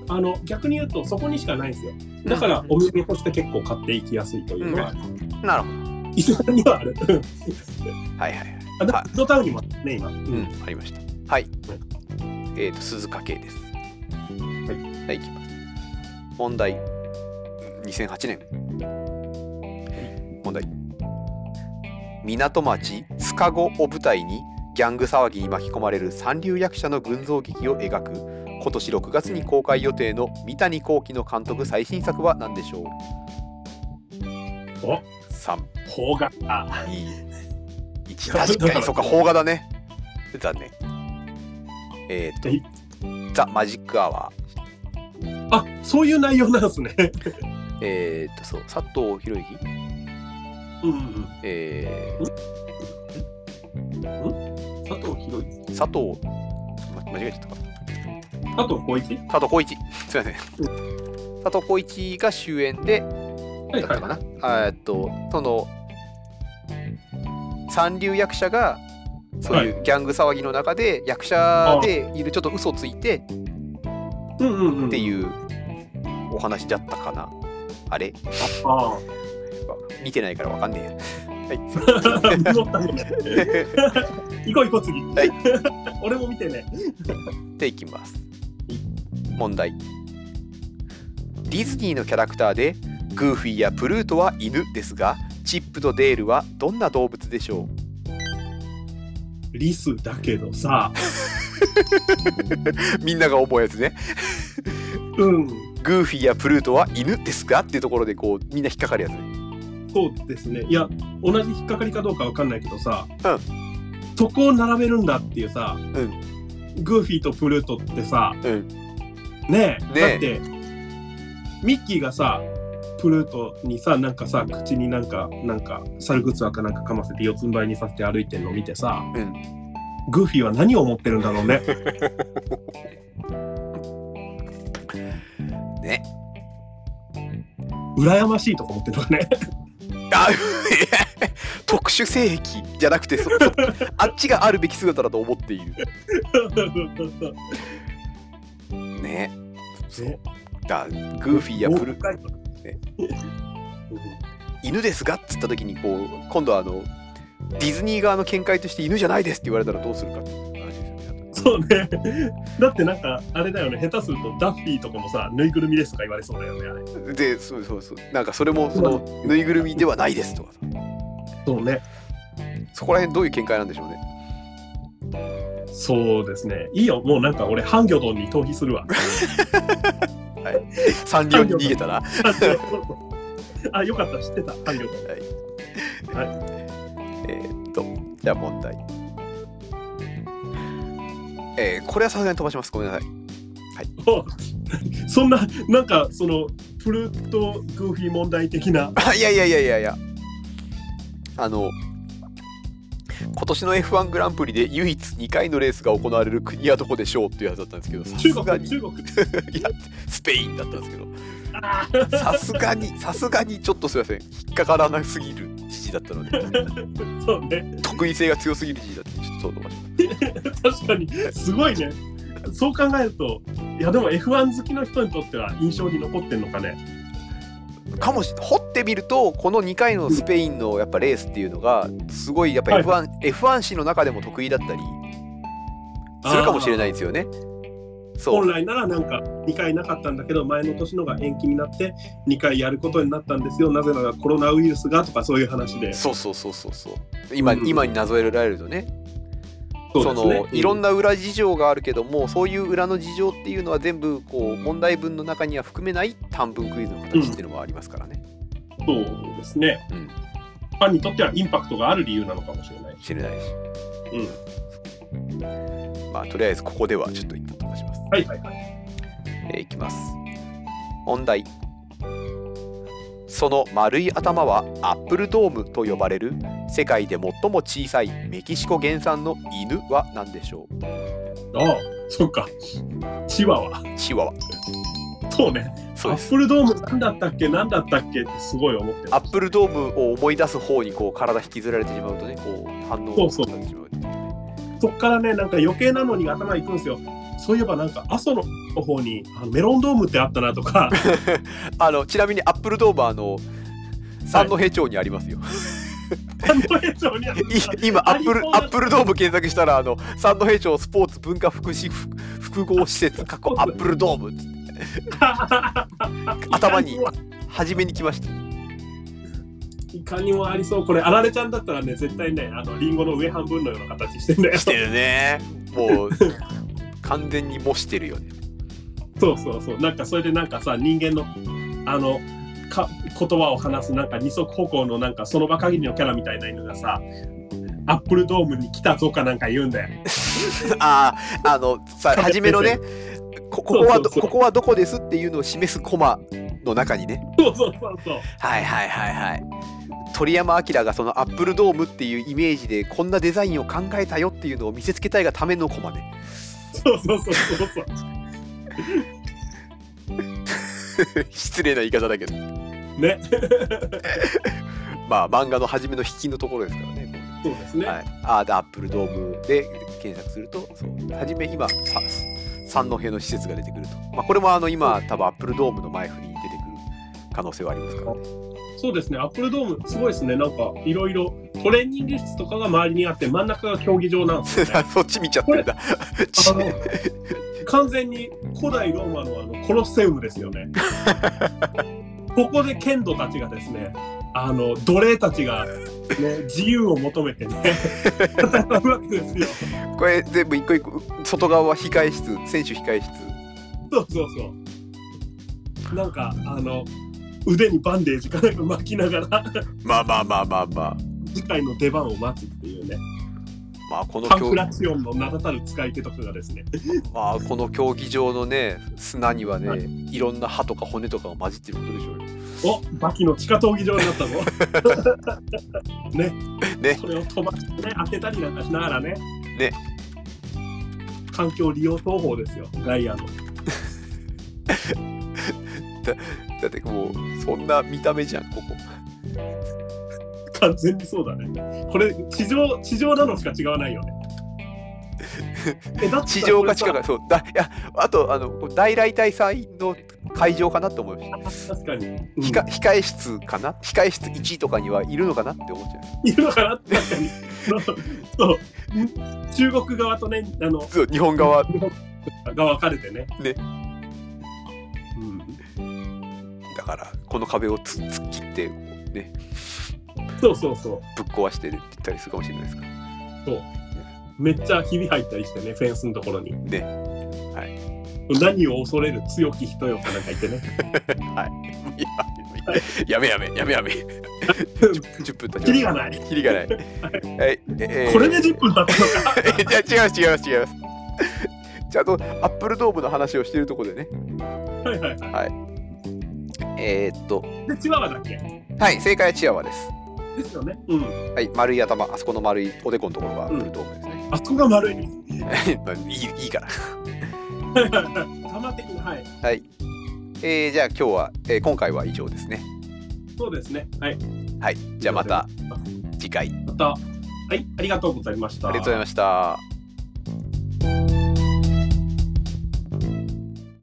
Speaker 2: あの逆に言うとそこにしかないんですよだからお土産として結構買っていきやすいというのは、
Speaker 1: なるほど
Speaker 2: 伊勢丹にはある
Speaker 1: はいはいはい
Speaker 2: あでも
Speaker 1: はい
Speaker 2: ミッドタウンにもあるね今、うん
Speaker 1: うん、ありました。はい。えっ、と、鈴鹿系です。はい。はい、いきます。問題。2008年。問題。港町須賀後を舞台にギャング騒ぎに巻き込まれる三流役者の群像劇を描く今年6月に公開予定の三谷幸喜の監督最新作は何でしょう
Speaker 2: お
Speaker 1: 3
Speaker 2: 邦画あ
Speaker 1: いい。一確かに、そっか、邦画だね。残念。えーっ、
Speaker 2: はい
Speaker 1: と、ザ・マジック・アワー。
Speaker 2: そういう内容なんですね。
Speaker 1: えー、っとそう佐藤博之
Speaker 2: うんうん
Speaker 1: え
Speaker 2: うん。佐藤博之。
Speaker 1: ー、佐藤ま間違えちゃったか
Speaker 2: 佐藤浩市。
Speaker 1: 佐藤浩市すいません佐藤浩市が主演で
Speaker 2: はい
Speaker 1: だったかな、あーえっとその三流役者がそういうギャング騒ぎの中で役者でいるちょっと嘘ついて
Speaker 2: い。うんうんうん。
Speaker 1: っていうお話だったかなあれ
Speaker 2: ああ。
Speaker 1: 見てないからわかんねえや
Speaker 2: 戻ったね
Speaker 1: は
Speaker 2: 行こう行こう次。
Speaker 1: い
Speaker 2: 俺も見てね。
Speaker 1: いでいきます問題ディズニーのキャラクターでグーフィーやプルートは犬ですがチップとデールはどんな動物でしょ
Speaker 2: リスだけどさ。
Speaker 1: うみんなが思うやつね
Speaker 2: うん。
Speaker 1: グーフィーやプルートは犬ですかっていうところでこうみんな引っかかるやつね
Speaker 2: そうですね。いや、同じ引っかかりかどうかわかんないけどさ、
Speaker 1: うん
Speaker 2: そこを並べるんだっていうさ、グーフィーとプルートってさ、
Speaker 1: うん
Speaker 2: ねえ、
Speaker 1: ねえ
Speaker 2: だって、ミッキーがさ、プルートにさ、なんかさ、口になんか、なんか、猿グツアかなんかかませて四つん這いにさせて歩いてるのを見てさ、
Speaker 1: うん
Speaker 2: グーフィーは何を思ってるんだろうね。
Speaker 1: ね。
Speaker 2: 羨ましいとか思ってるのかね。
Speaker 1: あいや特殊性癖じゃなくてそそあっちがあるべき姿だと思っているね
Speaker 2: ね
Speaker 1: だグーフィーやプル
Speaker 2: もう一
Speaker 1: ね
Speaker 2: 回
Speaker 1: 犬ですがっつった時にこう今度はあのディズニー側の見解として犬じゃないですって言われたらどうするかっていう話ですよね
Speaker 2: そうね。だってなんか、あれだよね、下手するとダッフィーとかもさ、ぬいぐるみですとか言われそうだよね、あれ。
Speaker 1: あとでそうそうそうなんかそれもそのぬいぐるみではないですとかさ
Speaker 2: そうね。
Speaker 1: そこら辺どういう見解なんでしょうね
Speaker 2: そうですね。いいよ、もうなんか俺、ハンギョドンに逃避するわ。
Speaker 1: 三両に逃げた ら
Speaker 2: あ、よかった、知ってた、ハンギョドン。
Speaker 1: えーっと、じゃあ問題。えーこれはさすがに飛ばします。ごめんなさい。
Speaker 2: そんな、なんか、その、プルートグーフィー問題的な。
Speaker 1: あ、い やいやいやいやいや。あの、今年の F1 グランプリで唯一2回のレースが行われる国はどこでしょうっていうやつだったんですけど、さ
Speaker 2: 中
Speaker 1: すが
Speaker 2: 国、
Speaker 1: に、
Speaker 2: 中国。
Speaker 1: いや、スペインだったんですけ
Speaker 2: あ
Speaker 1: ど、さすがに、さすがにちょっとすいません、引っかからなすぎる時事だったので、
Speaker 2: ーそうね。
Speaker 1: 得意性が強すぎる時事だったので、ちょっと飛ばしま
Speaker 2: 確かに、すごいね。そう考えると、いや、でも F1 好きの人にとっては印象に残ってんのかね。
Speaker 1: すかもし掘ってみるとこの2回のスペインのやっぱレースっていうのがすごいやっぱ F1,、F1 史の中でも得意だったりするかもしれないですよね。そう
Speaker 2: 本来ならなんか2回なかったんだけど前の年のが延期になって2回やることになったんですよなぜならコロナウイルスがとかそういう話で
Speaker 1: そうそうそうそうそう今,、
Speaker 2: うん
Speaker 1: 今になぞらえるとね
Speaker 2: そ
Speaker 1: そのいろん
Speaker 2: な、
Speaker 1: な裏事情があるけどもそういう裏の事情っていうのは全部こう問題文の中には含めない短文クイズの形っていうのもありますからね。
Speaker 2: うんそうですね
Speaker 1: うん
Speaker 2: ファンにとってはインパクトがある理由なのかもしれない
Speaker 1: 知れないし。まあとりあえずここではちょっと一旦飛ばします。
Speaker 2: はいはいはい
Speaker 1: えーいきます問題その丸い頭はアップルドームと呼ばれる世界で最も小さいメキシコ原産の犬は何でしょう
Speaker 2: ああそっかチワワ
Speaker 1: チワワ
Speaker 2: そうね
Speaker 1: そう
Speaker 2: ア
Speaker 1: です
Speaker 2: ップルドーム何だったっけ何だったっけってすごい思って
Speaker 1: ア
Speaker 2: る
Speaker 1: ップルドームを思い出す方にこう体引きずられてしまうとねこう反応
Speaker 2: そう
Speaker 1: に
Speaker 2: そ
Speaker 1: なってしまう
Speaker 2: そっからねなんか余計なのに頭いくんですよそういえばなんか阿蘇の方にあのメロンドームってあったなとか
Speaker 1: あのちなみにアップルドームはあの三戸町にありますよ、
Speaker 2: あの映像にあった
Speaker 1: い 今アップル
Speaker 2: ありそう
Speaker 1: ア
Speaker 2: だ
Speaker 1: ップルドーム検索したらあの三戸町スポーツ文化福祉ふ複合施設過去アップルドームって頭に初めに来ました
Speaker 2: いかにもありそうこれあられちゃんだったらね絶対ねあのリンゴの上半分のような形してんだよ
Speaker 1: してるね もう完全に模してるよね
Speaker 2: そうそうそうなんかそれでなんかさ人間のあのか言葉を話すなんか二足歩行のなんかその場限りのキャラみたいな犬がさアップルドームに来たぞかなんか言うんだよ
Speaker 1: あああのさ初めのねこここはど
Speaker 2: そうそうそう
Speaker 1: ここはどこですっていうのを示すコマの中にね
Speaker 2: そうそうそうそう。
Speaker 1: はいはいはいはい鳥山明がそのアップルドームっていうイメージでこんなデザインを考えたよっていうのを見せつけたいがためのコマね
Speaker 2: そうそうそうそうそう。
Speaker 1: 失礼な言い方だけど
Speaker 2: ね。
Speaker 1: まあ漫画の初めの引きのところですからね
Speaker 2: そうですね。
Speaker 1: はい、あーでアップルドームで検索するとそう初め今さ三戸の施設が出てくると、まあ、これもあの今多分アップルドームの前振りに出てくる可能性はありますからね
Speaker 2: そうですね。アップルドームすごいですね。なんかいろいろトレーニング室とかが周りにあって真ん中が競技場なんですよね。
Speaker 1: そっち見ちゃってんだち
Speaker 2: あの完全に古代ローマのあのコロッセウムですよね。ここで剣道たちがですね、あの奴隷たちが、ね、自由を求めてね、戦うわけですよ。
Speaker 1: これ全部一個一個外側は控え室選手控え室
Speaker 2: そうそうそう。なんかあの腕にバンデージかなんか巻きながら
Speaker 1: まあまあまあまあまあ
Speaker 2: 次回の出番を待つっていうね、
Speaker 1: まあこの
Speaker 2: パン
Speaker 1: 競
Speaker 2: フラチオンの名だたる使い手とかがですね、
Speaker 1: まあこの競技場のね砂にはね、、
Speaker 2: はい
Speaker 1: ろんな歯とか骨とかが混じってることでしょうよ
Speaker 2: おバキの地下闘技場になったぞ。 ね
Speaker 1: ね
Speaker 2: それを飛ばしてね、当てたりなんかしながらね。
Speaker 1: ね
Speaker 2: 環境利用投法ですよ、ガイアの。
Speaker 1: だってもうそんな見た目じゃんここ
Speaker 2: 完全にそうだね。これ、地上、地上なのしか違わないよ ね。えだって
Speaker 1: 地上か地
Speaker 2: 近
Speaker 1: 下かそうだいやあとあの大来大祭の会場かなと思うし、
Speaker 2: 確かに。うん
Speaker 1: ひか控え室かな控え室1とかにはいるのかなって思っちゃう
Speaker 2: いるのかなって、確かに。 そう。中国側とね、あの、
Speaker 1: そう日本側
Speaker 2: が分かれてね。
Speaker 1: ね
Speaker 2: うん。
Speaker 1: だからこの壁をつ突っ切ってね
Speaker 2: そうそうそう。
Speaker 1: ぶっ壊してって言ったりするかもしれないですから
Speaker 2: めっちゃひび入ったりしてね、フェンスのところに。
Speaker 1: ね
Speaker 2: 何を恐れる強き人よかなんか言ってね。
Speaker 1: い ややめやめやめやめ10分経ちました
Speaker 2: キリがない。
Speaker 1: キリがない。 はい、え
Speaker 2: これで10分経ったのか。
Speaker 1: じゃ違う違う違う。ちゃんとアップルドームの話をしてるとこでね。
Speaker 2: はいはいは
Speaker 1: えー、っと、
Speaker 2: い。で、チワワだっけ
Speaker 1: はい、正解はチワワです。
Speaker 2: ですよね。うん。
Speaker 1: はい、丸い頭、あそこの丸いおでこのところがアップルドームですね。
Speaker 2: あそこが丸い。
Speaker 1: い いいいから。
Speaker 2: 玉的な、はい。
Speaker 1: はい。えー、じゃあ今日は、えー今回は以上ですね。
Speaker 2: そうですね。はい。
Speaker 1: はい、じゃあまた次回。あり
Speaker 2: また、はい。ありがとうございました。
Speaker 1: がとうございました。